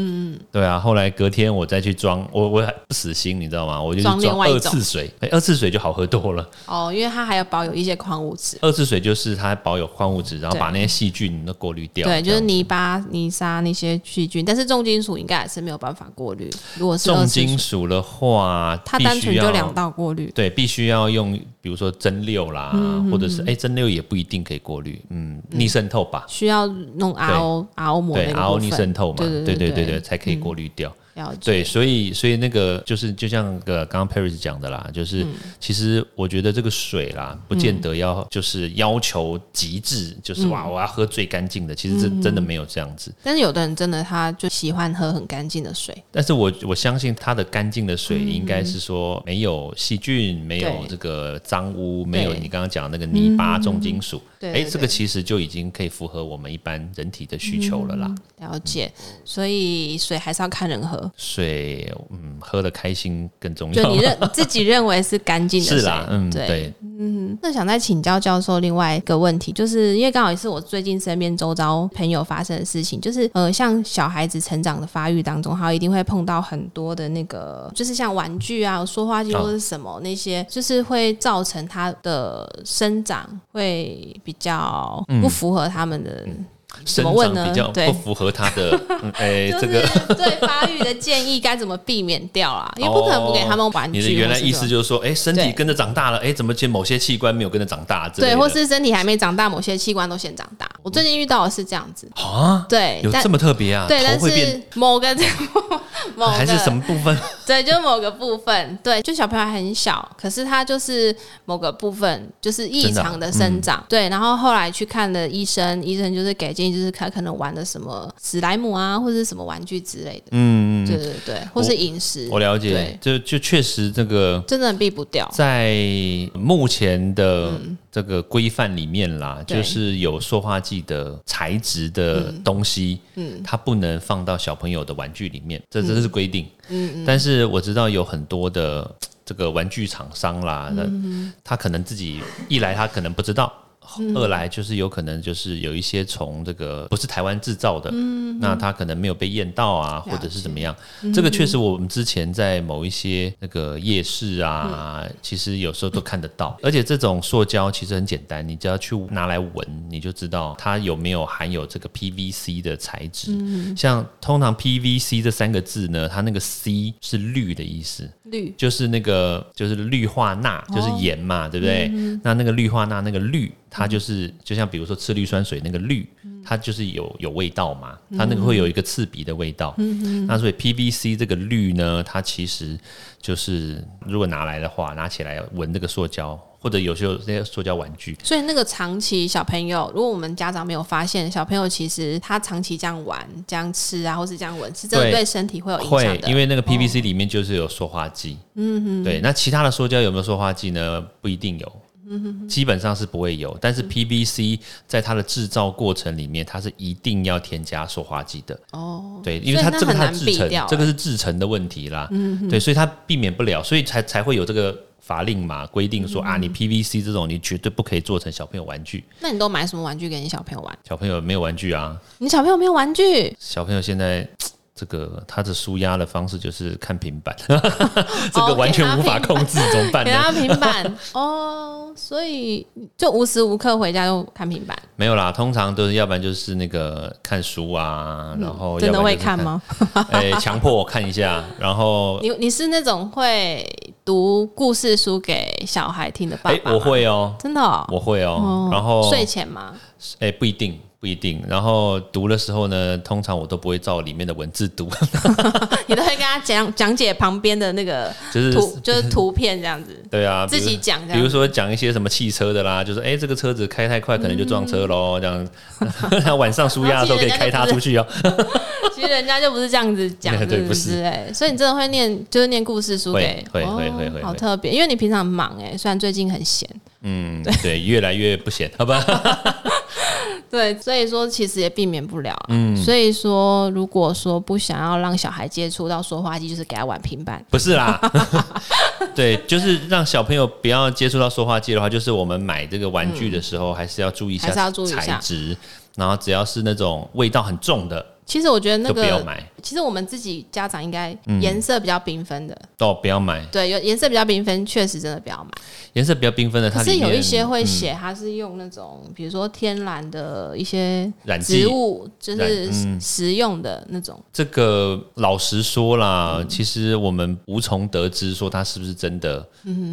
[SPEAKER 2] 对啊，后来隔天我再去装，我我还不死心，你知道吗？我就去
[SPEAKER 1] 装另
[SPEAKER 2] 装
[SPEAKER 1] 外一
[SPEAKER 2] 二
[SPEAKER 1] 种
[SPEAKER 2] 次水，哎，二次水就好喝多了。
[SPEAKER 1] 哦，因为它还要保有一些矿物质，
[SPEAKER 2] 二次水就是它保有矿物质，然后
[SPEAKER 1] 对
[SPEAKER 2] 把那些细菌都过滤掉。
[SPEAKER 1] 对，就是
[SPEAKER 2] 这样
[SPEAKER 1] 泥巴、泥沙那些细菌，但是重金属应该还是没有办法过滤。如果是
[SPEAKER 2] 重
[SPEAKER 1] 二次
[SPEAKER 2] 金
[SPEAKER 1] 水，
[SPEAKER 2] 属的话，
[SPEAKER 1] 它
[SPEAKER 2] 必
[SPEAKER 1] 单
[SPEAKER 2] 须
[SPEAKER 1] 纯就
[SPEAKER 2] 要
[SPEAKER 1] 两道过滤，
[SPEAKER 2] 对，必须要用，比如说蒸馏啦，
[SPEAKER 1] 嗯
[SPEAKER 2] 或者是哎，蒸馏也不一定可以过滤，嗯，逆渗透吧，
[SPEAKER 1] 需要弄 RO RO 膜
[SPEAKER 2] 对
[SPEAKER 1] 那个
[SPEAKER 2] ，RO
[SPEAKER 1] 部
[SPEAKER 2] 逆
[SPEAKER 1] 分
[SPEAKER 2] 渗透嘛，
[SPEAKER 1] 对
[SPEAKER 2] 对
[SPEAKER 1] 对嗯
[SPEAKER 2] 对对，才可以过滤掉。
[SPEAKER 1] 了解。
[SPEAKER 2] 对，所以所以那个就是就像个刚刚 Paris 讲的啦，就是、
[SPEAKER 1] 嗯
[SPEAKER 2] 其实我觉得这个水啦，不见得要就是要求极致，就是
[SPEAKER 1] 嗯
[SPEAKER 2] 哇我要喝最干净的，其实这真的没有这样子。
[SPEAKER 1] 但是有的人真的他就喜欢喝很干净的水，
[SPEAKER 2] 但是我我相信它的干净的水应该是说没有细菌，没有
[SPEAKER 1] 嗯对
[SPEAKER 2] 这个脏污，没有
[SPEAKER 1] 对嗯
[SPEAKER 2] 你刚刚讲的那个泥巴、重金属。
[SPEAKER 1] 对
[SPEAKER 2] 哎，
[SPEAKER 1] 对
[SPEAKER 2] 这个其实就已经可以符合我们一般人体的需求了
[SPEAKER 1] 嗯
[SPEAKER 2] 啦。
[SPEAKER 1] 了解。
[SPEAKER 2] 嗯哦
[SPEAKER 1] 所以水还是要看人 喝，
[SPEAKER 2] 水，嗯，喝的开心更重
[SPEAKER 1] 就
[SPEAKER 2] 要。
[SPEAKER 1] 你认自己认为是干净的水，
[SPEAKER 2] 是啦，嗯，
[SPEAKER 1] 对。
[SPEAKER 2] 对，
[SPEAKER 1] 那想再请教教授另外一个问题，就是因为刚好也是我最近身边周遭朋友发生的事情，就是呃，像小孩子成长的发育当中，他一定会碰到很多的那个，就是像玩具啊、说话机
[SPEAKER 2] 哦
[SPEAKER 1] 或是什么、那些，就是会造成他的生长会比较
[SPEAKER 2] 嗯
[SPEAKER 1] 不符合他们的。
[SPEAKER 2] 生
[SPEAKER 1] 怎么问
[SPEAKER 2] 长
[SPEAKER 1] 呢
[SPEAKER 2] 比较
[SPEAKER 1] 对
[SPEAKER 2] 不符合他的， 嗯哎、
[SPEAKER 1] 就是
[SPEAKER 2] 这个
[SPEAKER 1] 对发育的建议该怎么避免掉 啊？因为不可能不给他们玩具。
[SPEAKER 2] 哦你的原来意
[SPEAKER 1] 或是
[SPEAKER 2] 思
[SPEAKER 1] 什么
[SPEAKER 2] 就是说，哎、身体
[SPEAKER 1] 对
[SPEAKER 2] 跟着长大了，哎、怎么见某些器官没有跟着长大之类
[SPEAKER 1] 对，
[SPEAKER 2] 的？
[SPEAKER 1] 或是身体还没长大，某些器官都先长大。我最近遇到的是这样子，
[SPEAKER 2] 啊，
[SPEAKER 1] 对，
[SPEAKER 2] 有
[SPEAKER 1] 但
[SPEAKER 2] 这么特别啊？
[SPEAKER 1] 对，
[SPEAKER 2] 头
[SPEAKER 1] 但
[SPEAKER 2] 会变
[SPEAKER 1] 是某个 某个
[SPEAKER 2] 还是什么部 分？
[SPEAKER 1] 对，就是某个部分，对，就小朋友还很小，可是他就是某个部分就是异
[SPEAKER 2] 真的啊啊嗯
[SPEAKER 1] 常的生长，对。然后后来去看了医生，医生就是给建议，就是他可能玩的什么史莱姆啊，或者是什么玩具之类的，
[SPEAKER 2] 嗯，
[SPEAKER 1] 对对对，或是饮食，
[SPEAKER 2] 我了解
[SPEAKER 1] 对，
[SPEAKER 2] 就就确实这个
[SPEAKER 1] 真的避不掉，
[SPEAKER 2] 在目前的这个规范里面啦，
[SPEAKER 1] 对
[SPEAKER 2] 就是有塑化剂的材质的东西，嗯，它不能放到小朋友的玩具里面，这这是规定。嗯，但是我知道有很多的这个玩具厂商啦，那他可能自己一来他可能不知道。二来就是有可能就是有一些从这个不是台湾制造的，那他可能没有被验到啊，
[SPEAKER 1] 解
[SPEAKER 2] 或者是怎么样，这个确实，我们之前在某一些那个夜市啊，其实有时候都看得到。而且这种塑胶其实很简单，你只要去拿来闻，你就知道它有没有含有这个 PVC 的材质。像通常 PVC 这三个字呢，它那个 C 是氯的意思，
[SPEAKER 1] 绿
[SPEAKER 2] 就是那个就是氯化钠，就是盐嘛，对不对？那那个氯化钠那个氯，它就是就像比如说次氯酸水那个氯，它就是有有味道嘛，它那个会有一个刺鼻的味道。那所以 PVC 这个氯呢，它其实就是如果拿来的话，拿起来闻这个塑胶，或者有时候那些塑胶玩具，
[SPEAKER 1] 所以那个长期小朋友，如果我们家长没有发现，小朋友其实他长期这样玩、这样吃啊，或是这样闻，是真的
[SPEAKER 2] 对
[SPEAKER 1] 对身体会有哦影
[SPEAKER 2] 会
[SPEAKER 1] 响的。
[SPEAKER 2] 因为那个 PVC 里面就是有塑化剂。嗯对，那其他的塑胶有没有塑化剂呢？不一定有。
[SPEAKER 1] 嗯
[SPEAKER 2] 基本上是不会有，但是 PVC 在它的制造过程里面，它是一定要添加塑化剂的。
[SPEAKER 1] 哦，
[SPEAKER 2] 对，因
[SPEAKER 1] 所
[SPEAKER 2] 为
[SPEAKER 1] 以
[SPEAKER 2] 它
[SPEAKER 1] 那
[SPEAKER 2] 这个
[SPEAKER 1] 很
[SPEAKER 2] 它的
[SPEAKER 1] 难
[SPEAKER 2] 制
[SPEAKER 1] 避
[SPEAKER 2] 成
[SPEAKER 1] 掉，哎嗯
[SPEAKER 2] 这个是制成的问题啦。对，所以它避免不了，所以才才会有这个法令嘛，规定说、啊，你 PVC 这种你绝对不可以做成小朋友玩具。
[SPEAKER 1] 那你都买什么玩具给你小朋友玩？
[SPEAKER 2] 小朋友没有玩具啊，
[SPEAKER 1] 你小朋友没有玩具，
[SPEAKER 2] 小朋友现在。这个他的舒压的方式就是看平 板，这
[SPEAKER 1] 哦
[SPEAKER 2] 个完全无法控制，怎么办
[SPEAKER 1] 给
[SPEAKER 2] 呢？
[SPEAKER 1] 他平 板哦，所以就无时无刻回家就看平板。
[SPEAKER 2] 没有啦，通常都是要不然就是那个看书啊，然后
[SPEAKER 1] 嗯真
[SPEAKER 2] 要
[SPEAKER 1] 的
[SPEAKER 2] 不然
[SPEAKER 1] 会
[SPEAKER 2] 就是
[SPEAKER 1] 看
[SPEAKER 2] 看？
[SPEAKER 1] 吗？
[SPEAKER 2] 哎，强迫我看一下，然后
[SPEAKER 1] 你你是那种会读故事书给小孩听的爸
[SPEAKER 2] 哎，
[SPEAKER 1] 爸吗？
[SPEAKER 2] 我会哦，
[SPEAKER 1] 真的哦，
[SPEAKER 2] 我会哦，然后
[SPEAKER 1] 睡前吗？
[SPEAKER 2] 哎，不一定。不一定，然后读的时候呢，通常我都不会照里面的文字读，
[SPEAKER 1] 你都会跟他讲讲解旁边的那个
[SPEAKER 2] 就是
[SPEAKER 1] 图，就是图片这样子，
[SPEAKER 2] 对啊，比
[SPEAKER 1] 自
[SPEAKER 2] 如
[SPEAKER 1] 己讲这
[SPEAKER 2] 比如
[SPEAKER 1] 样。
[SPEAKER 2] 说讲一些什么汽车的啦，就是哎、这个车子开太快可能就撞车
[SPEAKER 1] 嗯
[SPEAKER 2] 喽，这样。 那晚上舒压的时候可以开它出去哦。，
[SPEAKER 1] 其实人家就不是这样子讲
[SPEAKER 2] 对
[SPEAKER 1] 是
[SPEAKER 2] 不是
[SPEAKER 1] 是？哎，所以你真的会念，就是念故事书给，
[SPEAKER 2] 会会
[SPEAKER 1] 哦
[SPEAKER 2] 会会会
[SPEAKER 1] 好特别，因为你平常很忙哎，虽然最近很闲，
[SPEAKER 2] 嗯，对，越来越不显，好吧？
[SPEAKER 1] 对，所以说其实也避免不了、嗯，所以说如果说不想要让小孩接触到说话机，就是给他玩平板。
[SPEAKER 2] 不是啦， 对，就是让小朋友不要接触到塑化剂的话，就是我们买这个玩具的时候，还是要注意一
[SPEAKER 1] 还是
[SPEAKER 2] 下
[SPEAKER 1] 要注意一下
[SPEAKER 2] 材质，然后只要是那种味道很重的，
[SPEAKER 1] 其实我觉得那
[SPEAKER 2] 就不要
[SPEAKER 1] 个，
[SPEAKER 2] 买
[SPEAKER 1] 其实我们自己家长应该
[SPEAKER 2] 嗯
[SPEAKER 1] 颜色比较缤纷的，
[SPEAKER 2] 哦，不要买
[SPEAKER 1] 对，有颜色比较缤纷，确实真的不要买。
[SPEAKER 2] 颜色比较缤纷的，它
[SPEAKER 1] 可
[SPEAKER 2] 里
[SPEAKER 1] 是有
[SPEAKER 2] 面嗯
[SPEAKER 1] 一些会写，它是用那种，比如说天然的一些
[SPEAKER 2] 染剂
[SPEAKER 1] 植物，就
[SPEAKER 2] 染
[SPEAKER 1] 是
[SPEAKER 2] 嗯
[SPEAKER 1] 食用的那种。
[SPEAKER 2] 这个老实说啦，其实我们无从得知说它是不是真的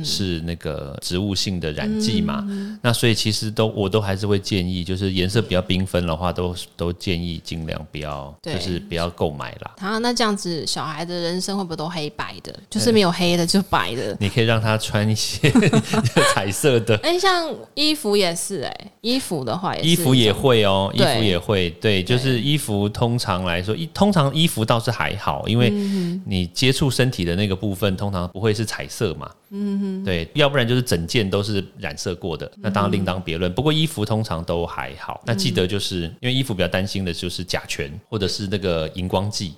[SPEAKER 2] 是那个植物性的染剂嘛。那所以其实都我都还是会建议，就是颜色比较缤纷的话，都都建议尽量不要，就
[SPEAKER 1] 对
[SPEAKER 2] 是不要购买啦。
[SPEAKER 1] 然后那这样子，小孩的人生会不会都黑白的？
[SPEAKER 2] 哎
[SPEAKER 1] 就是没有黑的，就白的。
[SPEAKER 2] 你可以让他穿一些 彩色的
[SPEAKER 1] 哎、像衣服也是哎、衣服的话也是
[SPEAKER 2] 衣服也会哦，衣
[SPEAKER 1] 对
[SPEAKER 2] 服也会，对，就是衣服通常来说，一通常衣服倒是还好，因为
[SPEAKER 1] 嗯
[SPEAKER 2] 你接触身体的那个部分通常不会是彩色嘛，嗯哼，对，要不然就是整件都是染色过
[SPEAKER 1] 嗯
[SPEAKER 2] 的，那当然另当别论。不过衣服通常都还好，那记得就是因为衣服比较担心的就是甲醛或者是那个荧光剂，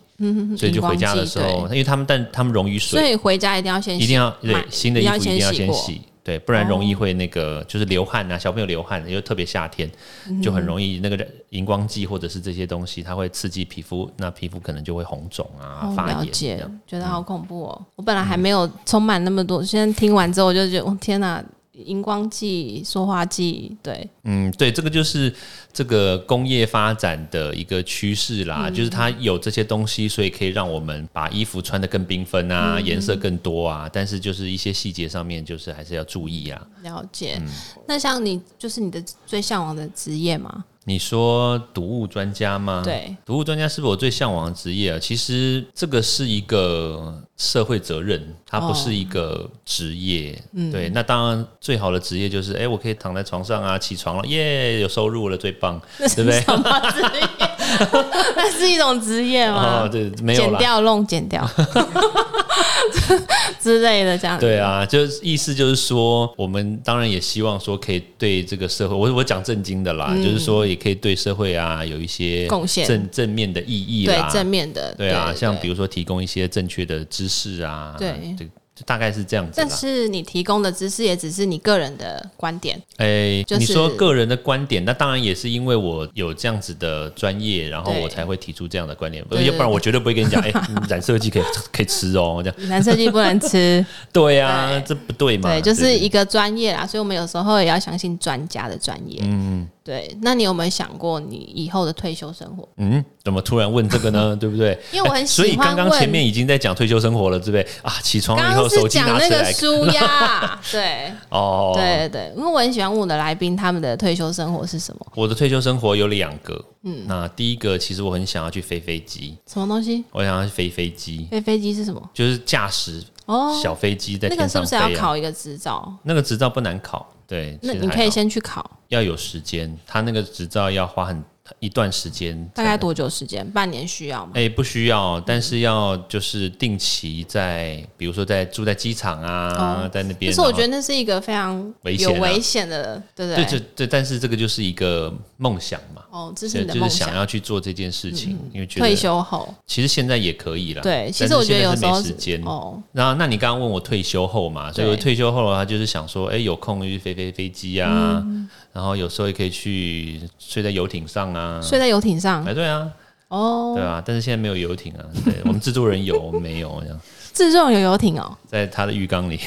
[SPEAKER 2] 所以就回家的时
[SPEAKER 1] 嗯荧
[SPEAKER 2] 候，
[SPEAKER 1] 光
[SPEAKER 2] 因为他们但他们溶于水
[SPEAKER 1] 所，以回家一定要先洗
[SPEAKER 2] 一定要对
[SPEAKER 1] 买
[SPEAKER 2] 新的衣服一定要
[SPEAKER 1] 先
[SPEAKER 2] 先
[SPEAKER 1] 过。哦
[SPEAKER 2] 洗，对，不然容易会那个、就是流汗啊，小朋友流汗，又特别夏天，
[SPEAKER 1] 嗯
[SPEAKER 2] 就很容易那个荧光剂或者是这些东西，它会刺激皮肤，那皮肤可能就会红肿啊、
[SPEAKER 1] 哦，
[SPEAKER 2] 发
[SPEAKER 1] 了
[SPEAKER 2] 炎这
[SPEAKER 1] 解
[SPEAKER 2] 样。，嗯
[SPEAKER 1] 觉得好恐怖哦！我本来还没有充满那么多，现在听完之后我就觉得，哦天哪！荧光剂、塑化剂，对，
[SPEAKER 2] 嗯，对，这个就是这个工业发展的一个趋势啦，
[SPEAKER 1] 嗯
[SPEAKER 2] 就是它有这些东西，所以可以让我们把衣服穿得更缤纷
[SPEAKER 1] 嗯
[SPEAKER 2] 啊，颜、色更多啊，但是就是一些细节上面，就是还是要注意啊。
[SPEAKER 1] 了解。那像你，就是你的最向往的职业嘛？
[SPEAKER 2] 你说毒物专家吗？
[SPEAKER 1] 对，
[SPEAKER 2] 毒物专家是不是我最向往的职业啊？其实这个是一个社会责任，它不是一个职业。
[SPEAKER 1] 哦嗯
[SPEAKER 2] 对，那当然最好的职业就是，哎、我可以躺在床上啊，起床了，耶，有收入了，最棒，
[SPEAKER 1] 那
[SPEAKER 2] 对
[SPEAKER 1] 是
[SPEAKER 2] 不对？
[SPEAKER 1] 什么职 业？那是一种职业吗？
[SPEAKER 2] 哦，对，没有
[SPEAKER 1] 啊剪
[SPEAKER 2] 啦。
[SPEAKER 1] 掉、弄剪 掉之类的，这样
[SPEAKER 2] 对啊，就是意思就是说，我们当然也希望说可以对这个社会，我我讲正经的啦，就是说也可以对社会啊有一些
[SPEAKER 1] 嗯贡献
[SPEAKER 2] 正正面的意义
[SPEAKER 1] 对
[SPEAKER 2] 啦，
[SPEAKER 1] 正面的，
[SPEAKER 2] 对啊，像
[SPEAKER 1] 对
[SPEAKER 2] 比如说提供一些正确的知识啊，
[SPEAKER 1] 对
[SPEAKER 2] 这就大概是这啊样子
[SPEAKER 1] 但
[SPEAKER 2] 啦。
[SPEAKER 1] 是你提供的知识也只是你个人的观 点，
[SPEAKER 2] 哎、
[SPEAKER 1] 就是
[SPEAKER 2] 你说个人的观点，那当然也是因为我有这样子的专业，然后
[SPEAKER 1] 对
[SPEAKER 2] 我才会提出这样的观点，
[SPEAKER 1] 对对
[SPEAKER 2] 要不然我绝对不会跟 你讲，哎、染色剂可以可以吃哦，这样
[SPEAKER 1] 染色剂不能吃，
[SPEAKER 2] 对啊，
[SPEAKER 1] 对
[SPEAKER 2] 这不对 嘛？
[SPEAKER 1] 对，就是一个专业啦，所以我们有时候也要相信专家的专业。嗯，对。那你有没有想过你以后的退休生活？
[SPEAKER 2] 嗯，怎么突然问这个 呢？对不对？
[SPEAKER 1] 因为我很
[SPEAKER 2] 哎所以
[SPEAKER 1] 喜欢
[SPEAKER 2] 刚刚
[SPEAKER 1] 问
[SPEAKER 2] 前面已经在讲退休生活了，对不对？啊，起床
[SPEAKER 1] 刚
[SPEAKER 2] 以后
[SPEAKER 1] 刚是
[SPEAKER 2] 手机
[SPEAKER 1] 讲
[SPEAKER 2] 拿
[SPEAKER 1] 那
[SPEAKER 2] 起
[SPEAKER 1] 个
[SPEAKER 2] 来，
[SPEAKER 1] 舒 压，对
[SPEAKER 2] 哦，
[SPEAKER 1] 对对，因为我很喜欢问我的来宾他们的退休生活是什么，
[SPEAKER 2] 我的退休生活有两个，嗯，那第一个其实我很想要去飞飞机，
[SPEAKER 1] 什么东西？
[SPEAKER 2] 我想要去飞飞机，
[SPEAKER 1] 飞飞机是什么？
[SPEAKER 2] 就是驾驶
[SPEAKER 1] 哦，
[SPEAKER 2] 小飞机在
[SPEAKER 1] 那个
[SPEAKER 2] 天
[SPEAKER 1] 是
[SPEAKER 2] 上
[SPEAKER 1] 不是
[SPEAKER 2] 飞、
[SPEAKER 1] 要
[SPEAKER 2] 啊。
[SPEAKER 1] 考一个执照？
[SPEAKER 2] 那个执照不难考，对，
[SPEAKER 1] 那
[SPEAKER 2] 其实
[SPEAKER 1] 你
[SPEAKER 2] 还
[SPEAKER 1] 可以
[SPEAKER 2] 好
[SPEAKER 1] 先去考，
[SPEAKER 2] 要有时间，他那个执照要花很一段时间才
[SPEAKER 1] 大
[SPEAKER 2] 能，
[SPEAKER 1] 概多久时间？半年需要吗？
[SPEAKER 2] 哎、不需要，但是要就是定期在，比如说在住在机场啊，在那
[SPEAKER 1] 但
[SPEAKER 2] 边。
[SPEAKER 1] 是我觉得
[SPEAKER 2] 得
[SPEAKER 1] 哦那是一个非常
[SPEAKER 2] 危险
[SPEAKER 1] 有
[SPEAKER 2] 啊
[SPEAKER 1] 危险的，对不
[SPEAKER 2] 对
[SPEAKER 1] 对？
[SPEAKER 2] 对对，但是这个就是一个梦想嘛，
[SPEAKER 1] 哦，这是
[SPEAKER 2] 对
[SPEAKER 1] 你的
[SPEAKER 2] 就
[SPEAKER 1] 梦
[SPEAKER 2] 是
[SPEAKER 1] 想嗯
[SPEAKER 2] 想。要去做这件事情，因为觉
[SPEAKER 1] 退
[SPEAKER 2] 得
[SPEAKER 1] 休后，
[SPEAKER 2] 其实现在也可以啦。
[SPEAKER 1] 对，其
[SPEAKER 2] 但
[SPEAKER 1] 实
[SPEAKER 2] 是
[SPEAKER 1] 我觉得
[SPEAKER 2] 现在
[SPEAKER 1] 有
[SPEAKER 2] 是
[SPEAKER 1] 时
[SPEAKER 2] 没
[SPEAKER 1] 候
[SPEAKER 2] 时间
[SPEAKER 1] 哦，
[SPEAKER 2] 那那你刚刚问我退休后嘛，所以
[SPEAKER 1] 对
[SPEAKER 2] 我退休后的话，就是想说，哎、有空就去飞飞飞机啊，
[SPEAKER 1] 嗯
[SPEAKER 2] 然后有时候也可以去睡在游艇上啊，
[SPEAKER 1] 睡在游艇上
[SPEAKER 2] 哎，对啊，对
[SPEAKER 1] 哦，
[SPEAKER 2] 啊，但是现在没有游艇啊，对 我们制作人有，我们没有这样，
[SPEAKER 1] 自重有游艇哦，
[SPEAKER 2] 在他的浴缸里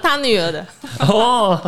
[SPEAKER 1] 他女儿的，
[SPEAKER 2] 哦，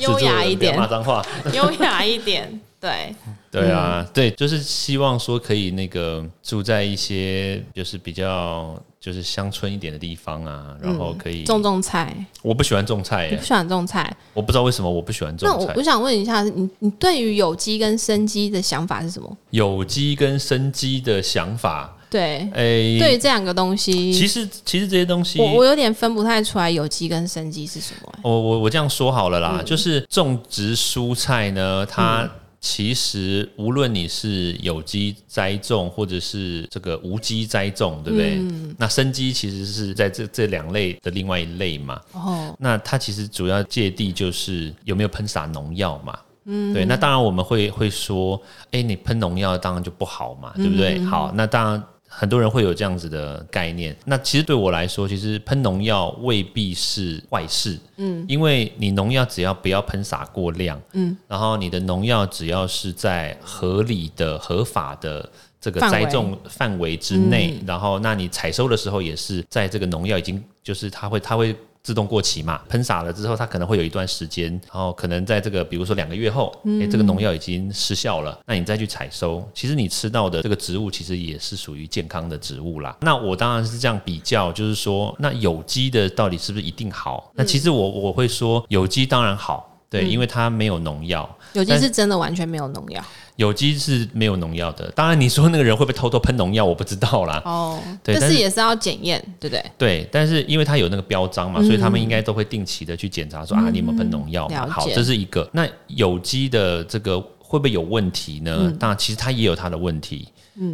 [SPEAKER 1] 优雅一
[SPEAKER 2] 制作人不要
[SPEAKER 1] 点
[SPEAKER 2] 骂，脏话，
[SPEAKER 1] 优雅一点，对，
[SPEAKER 2] 对啊，
[SPEAKER 1] 嗯
[SPEAKER 2] 对，就是希望说可以那个住在一些就是比较就是乡村一点的地方啊， 然后可以、
[SPEAKER 1] 种种嗯菜，
[SPEAKER 2] 我不喜欢种菜、
[SPEAKER 1] 你
[SPEAKER 2] 耶
[SPEAKER 1] 不喜欢种菜？
[SPEAKER 2] 我不知道为什么我不喜欢种
[SPEAKER 1] 那我
[SPEAKER 2] 菜
[SPEAKER 1] 我。想问一下，你你对于有机跟生机的想法是什么？
[SPEAKER 2] 有机跟生机的想法，
[SPEAKER 1] 对，
[SPEAKER 2] 诶、
[SPEAKER 1] 对于这两个东
[SPEAKER 2] 其
[SPEAKER 1] 西，
[SPEAKER 2] 实其实这些东西，
[SPEAKER 1] 我
[SPEAKER 2] 我
[SPEAKER 1] 我有点分不太出来有机跟生机是什么、欸
[SPEAKER 2] 我哦我这样说好了啦，
[SPEAKER 1] 嗯
[SPEAKER 2] 就是种植蔬菜呢，它其实无论你是有机栽种，或者是这个无机栽种，对不对？
[SPEAKER 1] 嗯
[SPEAKER 2] 那生机其实是在这这两类的另外一类嘛。
[SPEAKER 1] 哦，
[SPEAKER 2] 那它其实主要芥蒂就是有没有喷洒农药嘛。嗯，对，嗯那当然我们会会说，哎、你喷农药当然就不好嘛，对不对？好，那当然很多人会有这样子的概念。那其实对我来说，其实喷农药未必是坏事，嗯，因为你农药只要不要喷洒过量，嗯，然后你的农药只要是在合理的、合法的。这个
[SPEAKER 1] 范
[SPEAKER 2] 栽
[SPEAKER 1] 围嗯
[SPEAKER 2] 种范围之内，然后那你采收的时候也是在这个农药已经就是它会它会自动过期嘛，喷洒了之后它可能会有一段时间，然后可能在这个比如说两个月后，
[SPEAKER 1] 嗯
[SPEAKER 2] 哎、这个农药已经失效了，那你再去采收，其实你吃到的这个植物其实也是属于健康的植物啦。那我当然是这样比较，就是说那有机的到底是不是一定好？那其实我我会说有机当然好。
[SPEAKER 1] 嗯
[SPEAKER 2] 对，因为它没有农药，
[SPEAKER 1] 有机
[SPEAKER 2] 但
[SPEAKER 1] 是真的完全没有农药
[SPEAKER 2] 有机是没有农药的。当然，你说那个人会不会偷偷喷农药，我不知道啦。
[SPEAKER 1] 哦，
[SPEAKER 2] 对
[SPEAKER 1] 但
[SPEAKER 2] 但
[SPEAKER 1] 是
[SPEAKER 2] 是
[SPEAKER 1] 也是要检验，对不对？
[SPEAKER 2] 对，但是因为它有那个标章嘛，所以他们应该都会定期的去检查说、啊，你有没有喷农药嘛？
[SPEAKER 1] 嗯了
[SPEAKER 2] 好，
[SPEAKER 1] 解
[SPEAKER 2] 这是一个。那有机的这个会不会有问题呢？
[SPEAKER 1] 嗯
[SPEAKER 2] 那其实它也有它的问题，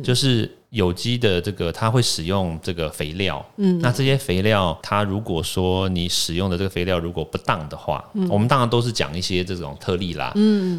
[SPEAKER 2] 就是有机的这个它会使用这个肥料，
[SPEAKER 1] 嗯
[SPEAKER 2] 那这些肥料它如果说你使用的这个肥料如果不当的话，
[SPEAKER 1] 嗯
[SPEAKER 2] 我们当然都是讲一些这种特例啦，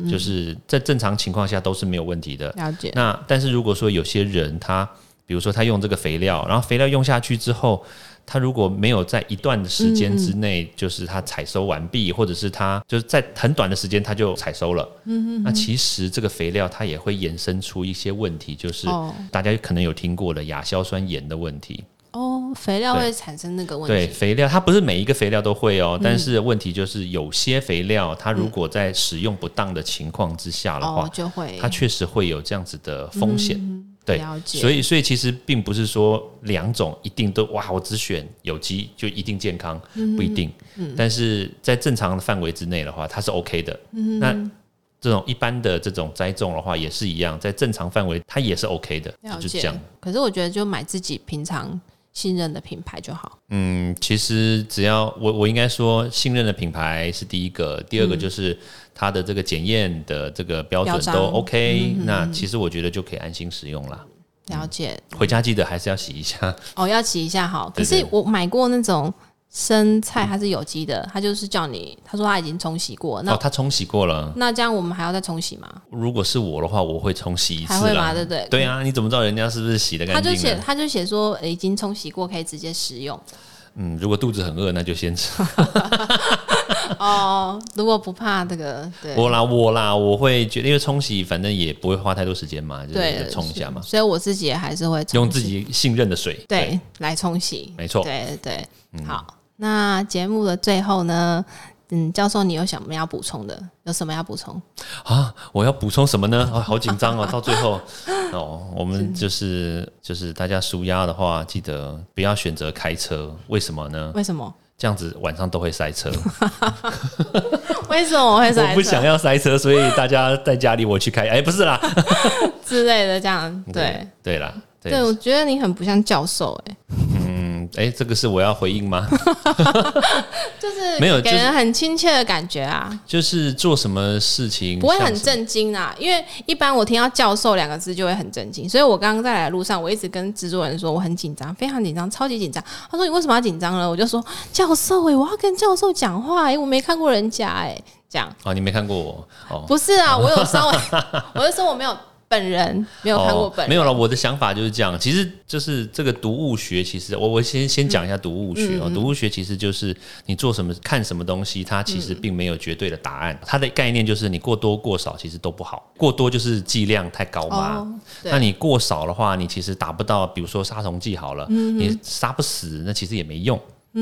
[SPEAKER 2] 就是在正常情况下都是没有问题的，
[SPEAKER 1] 了解，
[SPEAKER 2] 那但是如果说有些人他，比如说他用这个肥料，然后肥料用下去之后，他如果没有在一段的时间
[SPEAKER 1] 嗯
[SPEAKER 2] 之内，就是他采收完毕，或者是他就是在很短的时间他就采收了，嗯那其实这个肥料它也会衍生出一些问题，就是
[SPEAKER 1] 哦
[SPEAKER 2] 大家可能有听过的亚硝酸盐的问题。
[SPEAKER 1] 哦，肥料
[SPEAKER 2] 对
[SPEAKER 1] 会产生那个问
[SPEAKER 2] 对，
[SPEAKER 1] 题，嗯
[SPEAKER 2] 肥料它不是每一个肥料都会哦，但是问题就是有些肥料它如果在使用不当的情况之下的话，
[SPEAKER 1] 哦，就会
[SPEAKER 2] 它确实会有这样子的风险。对，
[SPEAKER 1] 了解
[SPEAKER 2] 所以所以其实并不是说两种一定都哇，我只选有机就一定健康，
[SPEAKER 1] 嗯
[SPEAKER 2] 不一定。但是在正常的范围之内的话，它是 OK 的。
[SPEAKER 1] 嗯
[SPEAKER 2] 那这种一般的这种栽种的话，也是一样，在正常范围它也是 OK 的，
[SPEAKER 1] 了
[SPEAKER 2] 就
[SPEAKER 1] 解
[SPEAKER 2] 这样。。
[SPEAKER 1] 可是我觉得就买自己平常信任的品牌就好。
[SPEAKER 2] 嗯，其实只要我我应该说，信任的品牌是第一个，第二个就是它的这个检验的这个标准
[SPEAKER 1] 嗯标章嗯
[SPEAKER 2] 都 OK，、那其实我觉得就可以安心使用啦。
[SPEAKER 1] 了解、
[SPEAKER 2] 回家记得还是要洗一下。
[SPEAKER 1] 哦，要洗一下好。可
[SPEAKER 2] 对对
[SPEAKER 1] 是我买过那种生菜，它是有机的，它就是叫你，他说他已经冲洗过，那、
[SPEAKER 2] 哦，它冲洗过了。
[SPEAKER 1] 那这样我们还要再冲洗吗？
[SPEAKER 2] 如果是我的话，我会冲洗一次
[SPEAKER 1] 还会吗？
[SPEAKER 2] 啦。
[SPEAKER 1] 对不对？
[SPEAKER 2] 对啊，你怎么知道人家是不是洗的
[SPEAKER 1] 他
[SPEAKER 2] 干
[SPEAKER 1] 就
[SPEAKER 2] 净啊
[SPEAKER 1] 写，
[SPEAKER 2] 呢？
[SPEAKER 1] 他就写说呃已经冲洗过，可以直接食 用。
[SPEAKER 2] 嗯，如果肚子很饿，那就先吃。
[SPEAKER 1] 哦，如果不怕这个，对
[SPEAKER 2] 我啦，我啦，我会觉得，因为冲洗反正也不会花太多时间嘛，就是
[SPEAKER 1] 对，
[SPEAKER 2] 冲一下嘛，
[SPEAKER 1] 所以我自己也还是会冲
[SPEAKER 2] 用自
[SPEAKER 1] 洗
[SPEAKER 2] 己信任的水。
[SPEAKER 1] 对，来冲洗，
[SPEAKER 2] 没错嗯
[SPEAKER 1] 对对对，好。那节目的最后呢，嗯，教授，你有什么要补充的？有什么要补充？
[SPEAKER 2] 啊，我要补充什么呢？哦、好紧张 哦，到最后哦，我们就是就是大家舒压的话，记得不要选择开车，为什么呢？
[SPEAKER 1] 为什么？
[SPEAKER 2] 这样子晚上都会塞 车。
[SPEAKER 1] 为什么我会
[SPEAKER 2] 我
[SPEAKER 1] 塞
[SPEAKER 2] 不想
[SPEAKER 1] 车
[SPEAKER 2] 要塞车，所以大家在家里我去开。哎、不是啦，
[SPEAKER 1] 之类的？这样对
[SPEAKER 2] 对啦，对，
[SPEAKER 1] 对，我觉得你很不像教授，哎，
[SPEAKER 2] 嗯，哎、这个是我要回应吗？
[SPEAKER 1] 就是
[SPEAKER 2] 没有
[SPEAKER 1] 给
[SPEAKER 2] 就是
[SPEAKER 1] 人很亲切的感觉啊，
[SPEAKER 2] 就是做什么事情
[SPEAKER 1] 不会
[SPEAKER 2] 像
[SPEAKER 1] 很
[SPEAKER 2] 是
[SPEAKER 1] 震惊啊。因为一般我听到“教授”两个字就会很震惊，所以我刚刚在来的路上，我一直跟制作人说我很紧张，非常紧张，超级紧张。他说你为什么要紧张呢？我就说教授、哎，我要跟教授讲话、哎，我没看过人家、哎，这样。
[SPEAKER 2] 哦，你没看过我哦。
[SPEAKER 1] 不是啊，我有稍 微，我是说我没有本人没有看过
[SPEAKER 2] 哦
[SPEAKER 1] 本，
[SPEAKER 2] 没
[SPEAKER 1] 人，
[SPEAKER 2] 有了。我的想法就是这样，其实就是这个读物学，其实我我先先讲一下读物
[SPEAKER 1] 嗯
[SPEAKER 2] 学哦。读物学其实就是你做什么看什么东西，它其
[SPEAKER 1] 嗯
[SPEAKER 2] 实并没有绝对的答案。它的概念就是你过多过少其实都不好，过多就是剂量太高嘛，
[SPEAKER 1] 哦对
[SPEAKER 2] 那你过少的话，你其实达不到，比如说杀虫剂好了，
[SPEAKER 1] 嗯
[SPEAKER 2] 你杀不死，那其实也没用。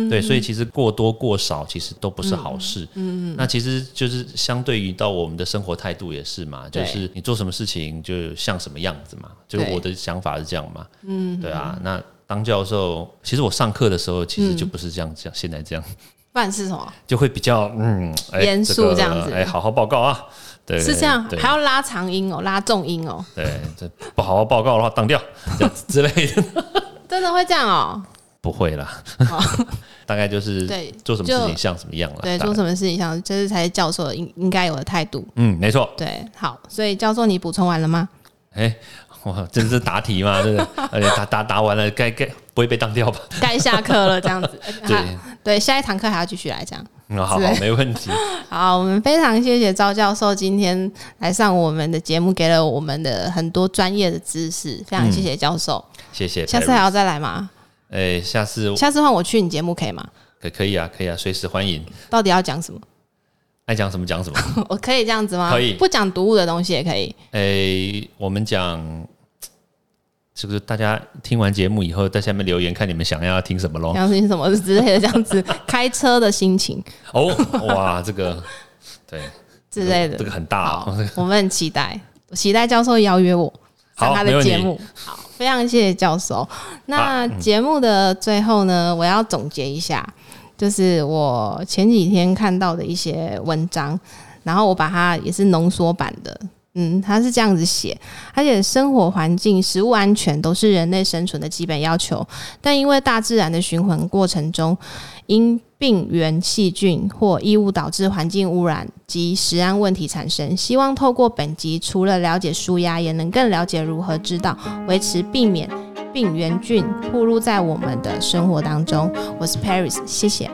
[SPEAKER 2] 对，所以其实过多过少其实都不是好事。嗯，那其实就是相对于到我们的生活态度也是嘛，就
[SPEAKER 1] 对
[SPEAKER 2] 是你做什么事情就像什么样子嘛，就是
[SPEAKER 1] 对
[SPEAKER 2] 我的想法是这样嘛。嗯，对啊。那当教授，其实我上课的时候其实就不是这样讲，现在这样
[SPEAKER 1] 不然是什么？
[SPEAKER 2] 就会比较嗯哎
[SPEAKER 1] 嗯严肃
[SPEAKER 2] 个
[SPEAKER 1] 这样子
[SPEAKER 2] 哎，好好报告啊。对，
[SPEAKER 1] 是这样，
[SPEAKER 2] 对
[SPEAKER 1] 还要拉长音哦，拉重音哦，
[SPEAKER 2] 对，这不好好报告的话，当掉这样子之类 的。
[SPEAKER 1] 真的会这样哦。
[SPEAKER 2] 不会啦，
[SPEAKER 1] 哦
[SPEAKER 2] 大概就是
[SPEAKER 1] 对
[SPEAKER 2] 做什么事
[SPEAKER 1] 就
[SPEAKER 2] 情像什么样了。
[SPEAKER 1] 对，
[SPEAKER 2] 大
[SPEAKER 1] 做
[SPEAKER 2] 概
[SPEAKER 1] 什么事情上，这是才是教授应应该有的态度。
[SPEAKER 2] 嗯，没错。
[SPEAKER 1] 对，好，所以教授你补充完了吗？
[SPEAKER 2] 哎，哇，这是答题嘛，哎对不对？而且答答答完了，该该不会被当掉吧？
[SPEAKER 1] 该下课了，这样子。
[SPEAKER 2] 对
[SPEAKER 1] 啊，对，下一堂课还要继续来讲。
[SPEAKER 2] 嗯，好好
[SPEAKER 1] 对，
[SPEAKER 2] 没问题。
[SPEAKER 1] 好，我们非常谢谢赵教授今天来上我们的节目，给了我们的很多专业的知识，非常谢谢教授。
[SPEAKER 2] 谢 谢。
[SPEAKER 1] 下次还要再来吗？
[SPEAKER 2] 哎，下次
[SPEAKER 1] 下次换我去你节目可以吗？
[SPEAKER 2] 可可以啊，可以啊，随时欢迎。
[SPEAKER 1] 到底要讲 什么？
[SPEAKER 2] 爱讲什么讲什么。
[SPEAKER 1] 我可以这样子吗？
[SPEAKER 2] 可以
[SPEAKER 1] 不讲读物的东西也可以。
[SPEAKER 2] 哎，我们讲。是不是大家听完节目以后，在下面留言看你们想要听什么 喽？
[SPEAKER 1] 讲什么之类的，这样子 开车的心情
[SPEAKER 2] 哦，哇，这个对
[SPEAKER 1] 之类的
[SPEAKER 2] 这个。很大
[SPEAKER 1] 好
[SPEAKER 2] 哦。
[SPEAKER 1] 我们很期待，期待教授邀约我上
[SPEAKER 2] 好
[SPEAKER 1] 他
[SPEAKER 2] 没
[SPEAKER 1] 的
[SPEAKER 2] 问
[SPEAKER 1] 节
[SPEAKER 2] 题啊嗯
[SPEAKER 1] 目。好，非常谢谢教授。那节目的最后呢，我要总结一下，就是我前几天看到的一些文章，然后我把它也是浓缩版的。嗯，它是这样子写，而且生活环境、食物安全都是人类生存的基本要求，但因为大自然的循环过程中，因病原细菌或异物导致环境污染及食安问题产生。希望透过本集，除了了解舒压，也能更了解如何知道维持避免病原菌暴露在我们的生活当中。我是 Paris，谢谢。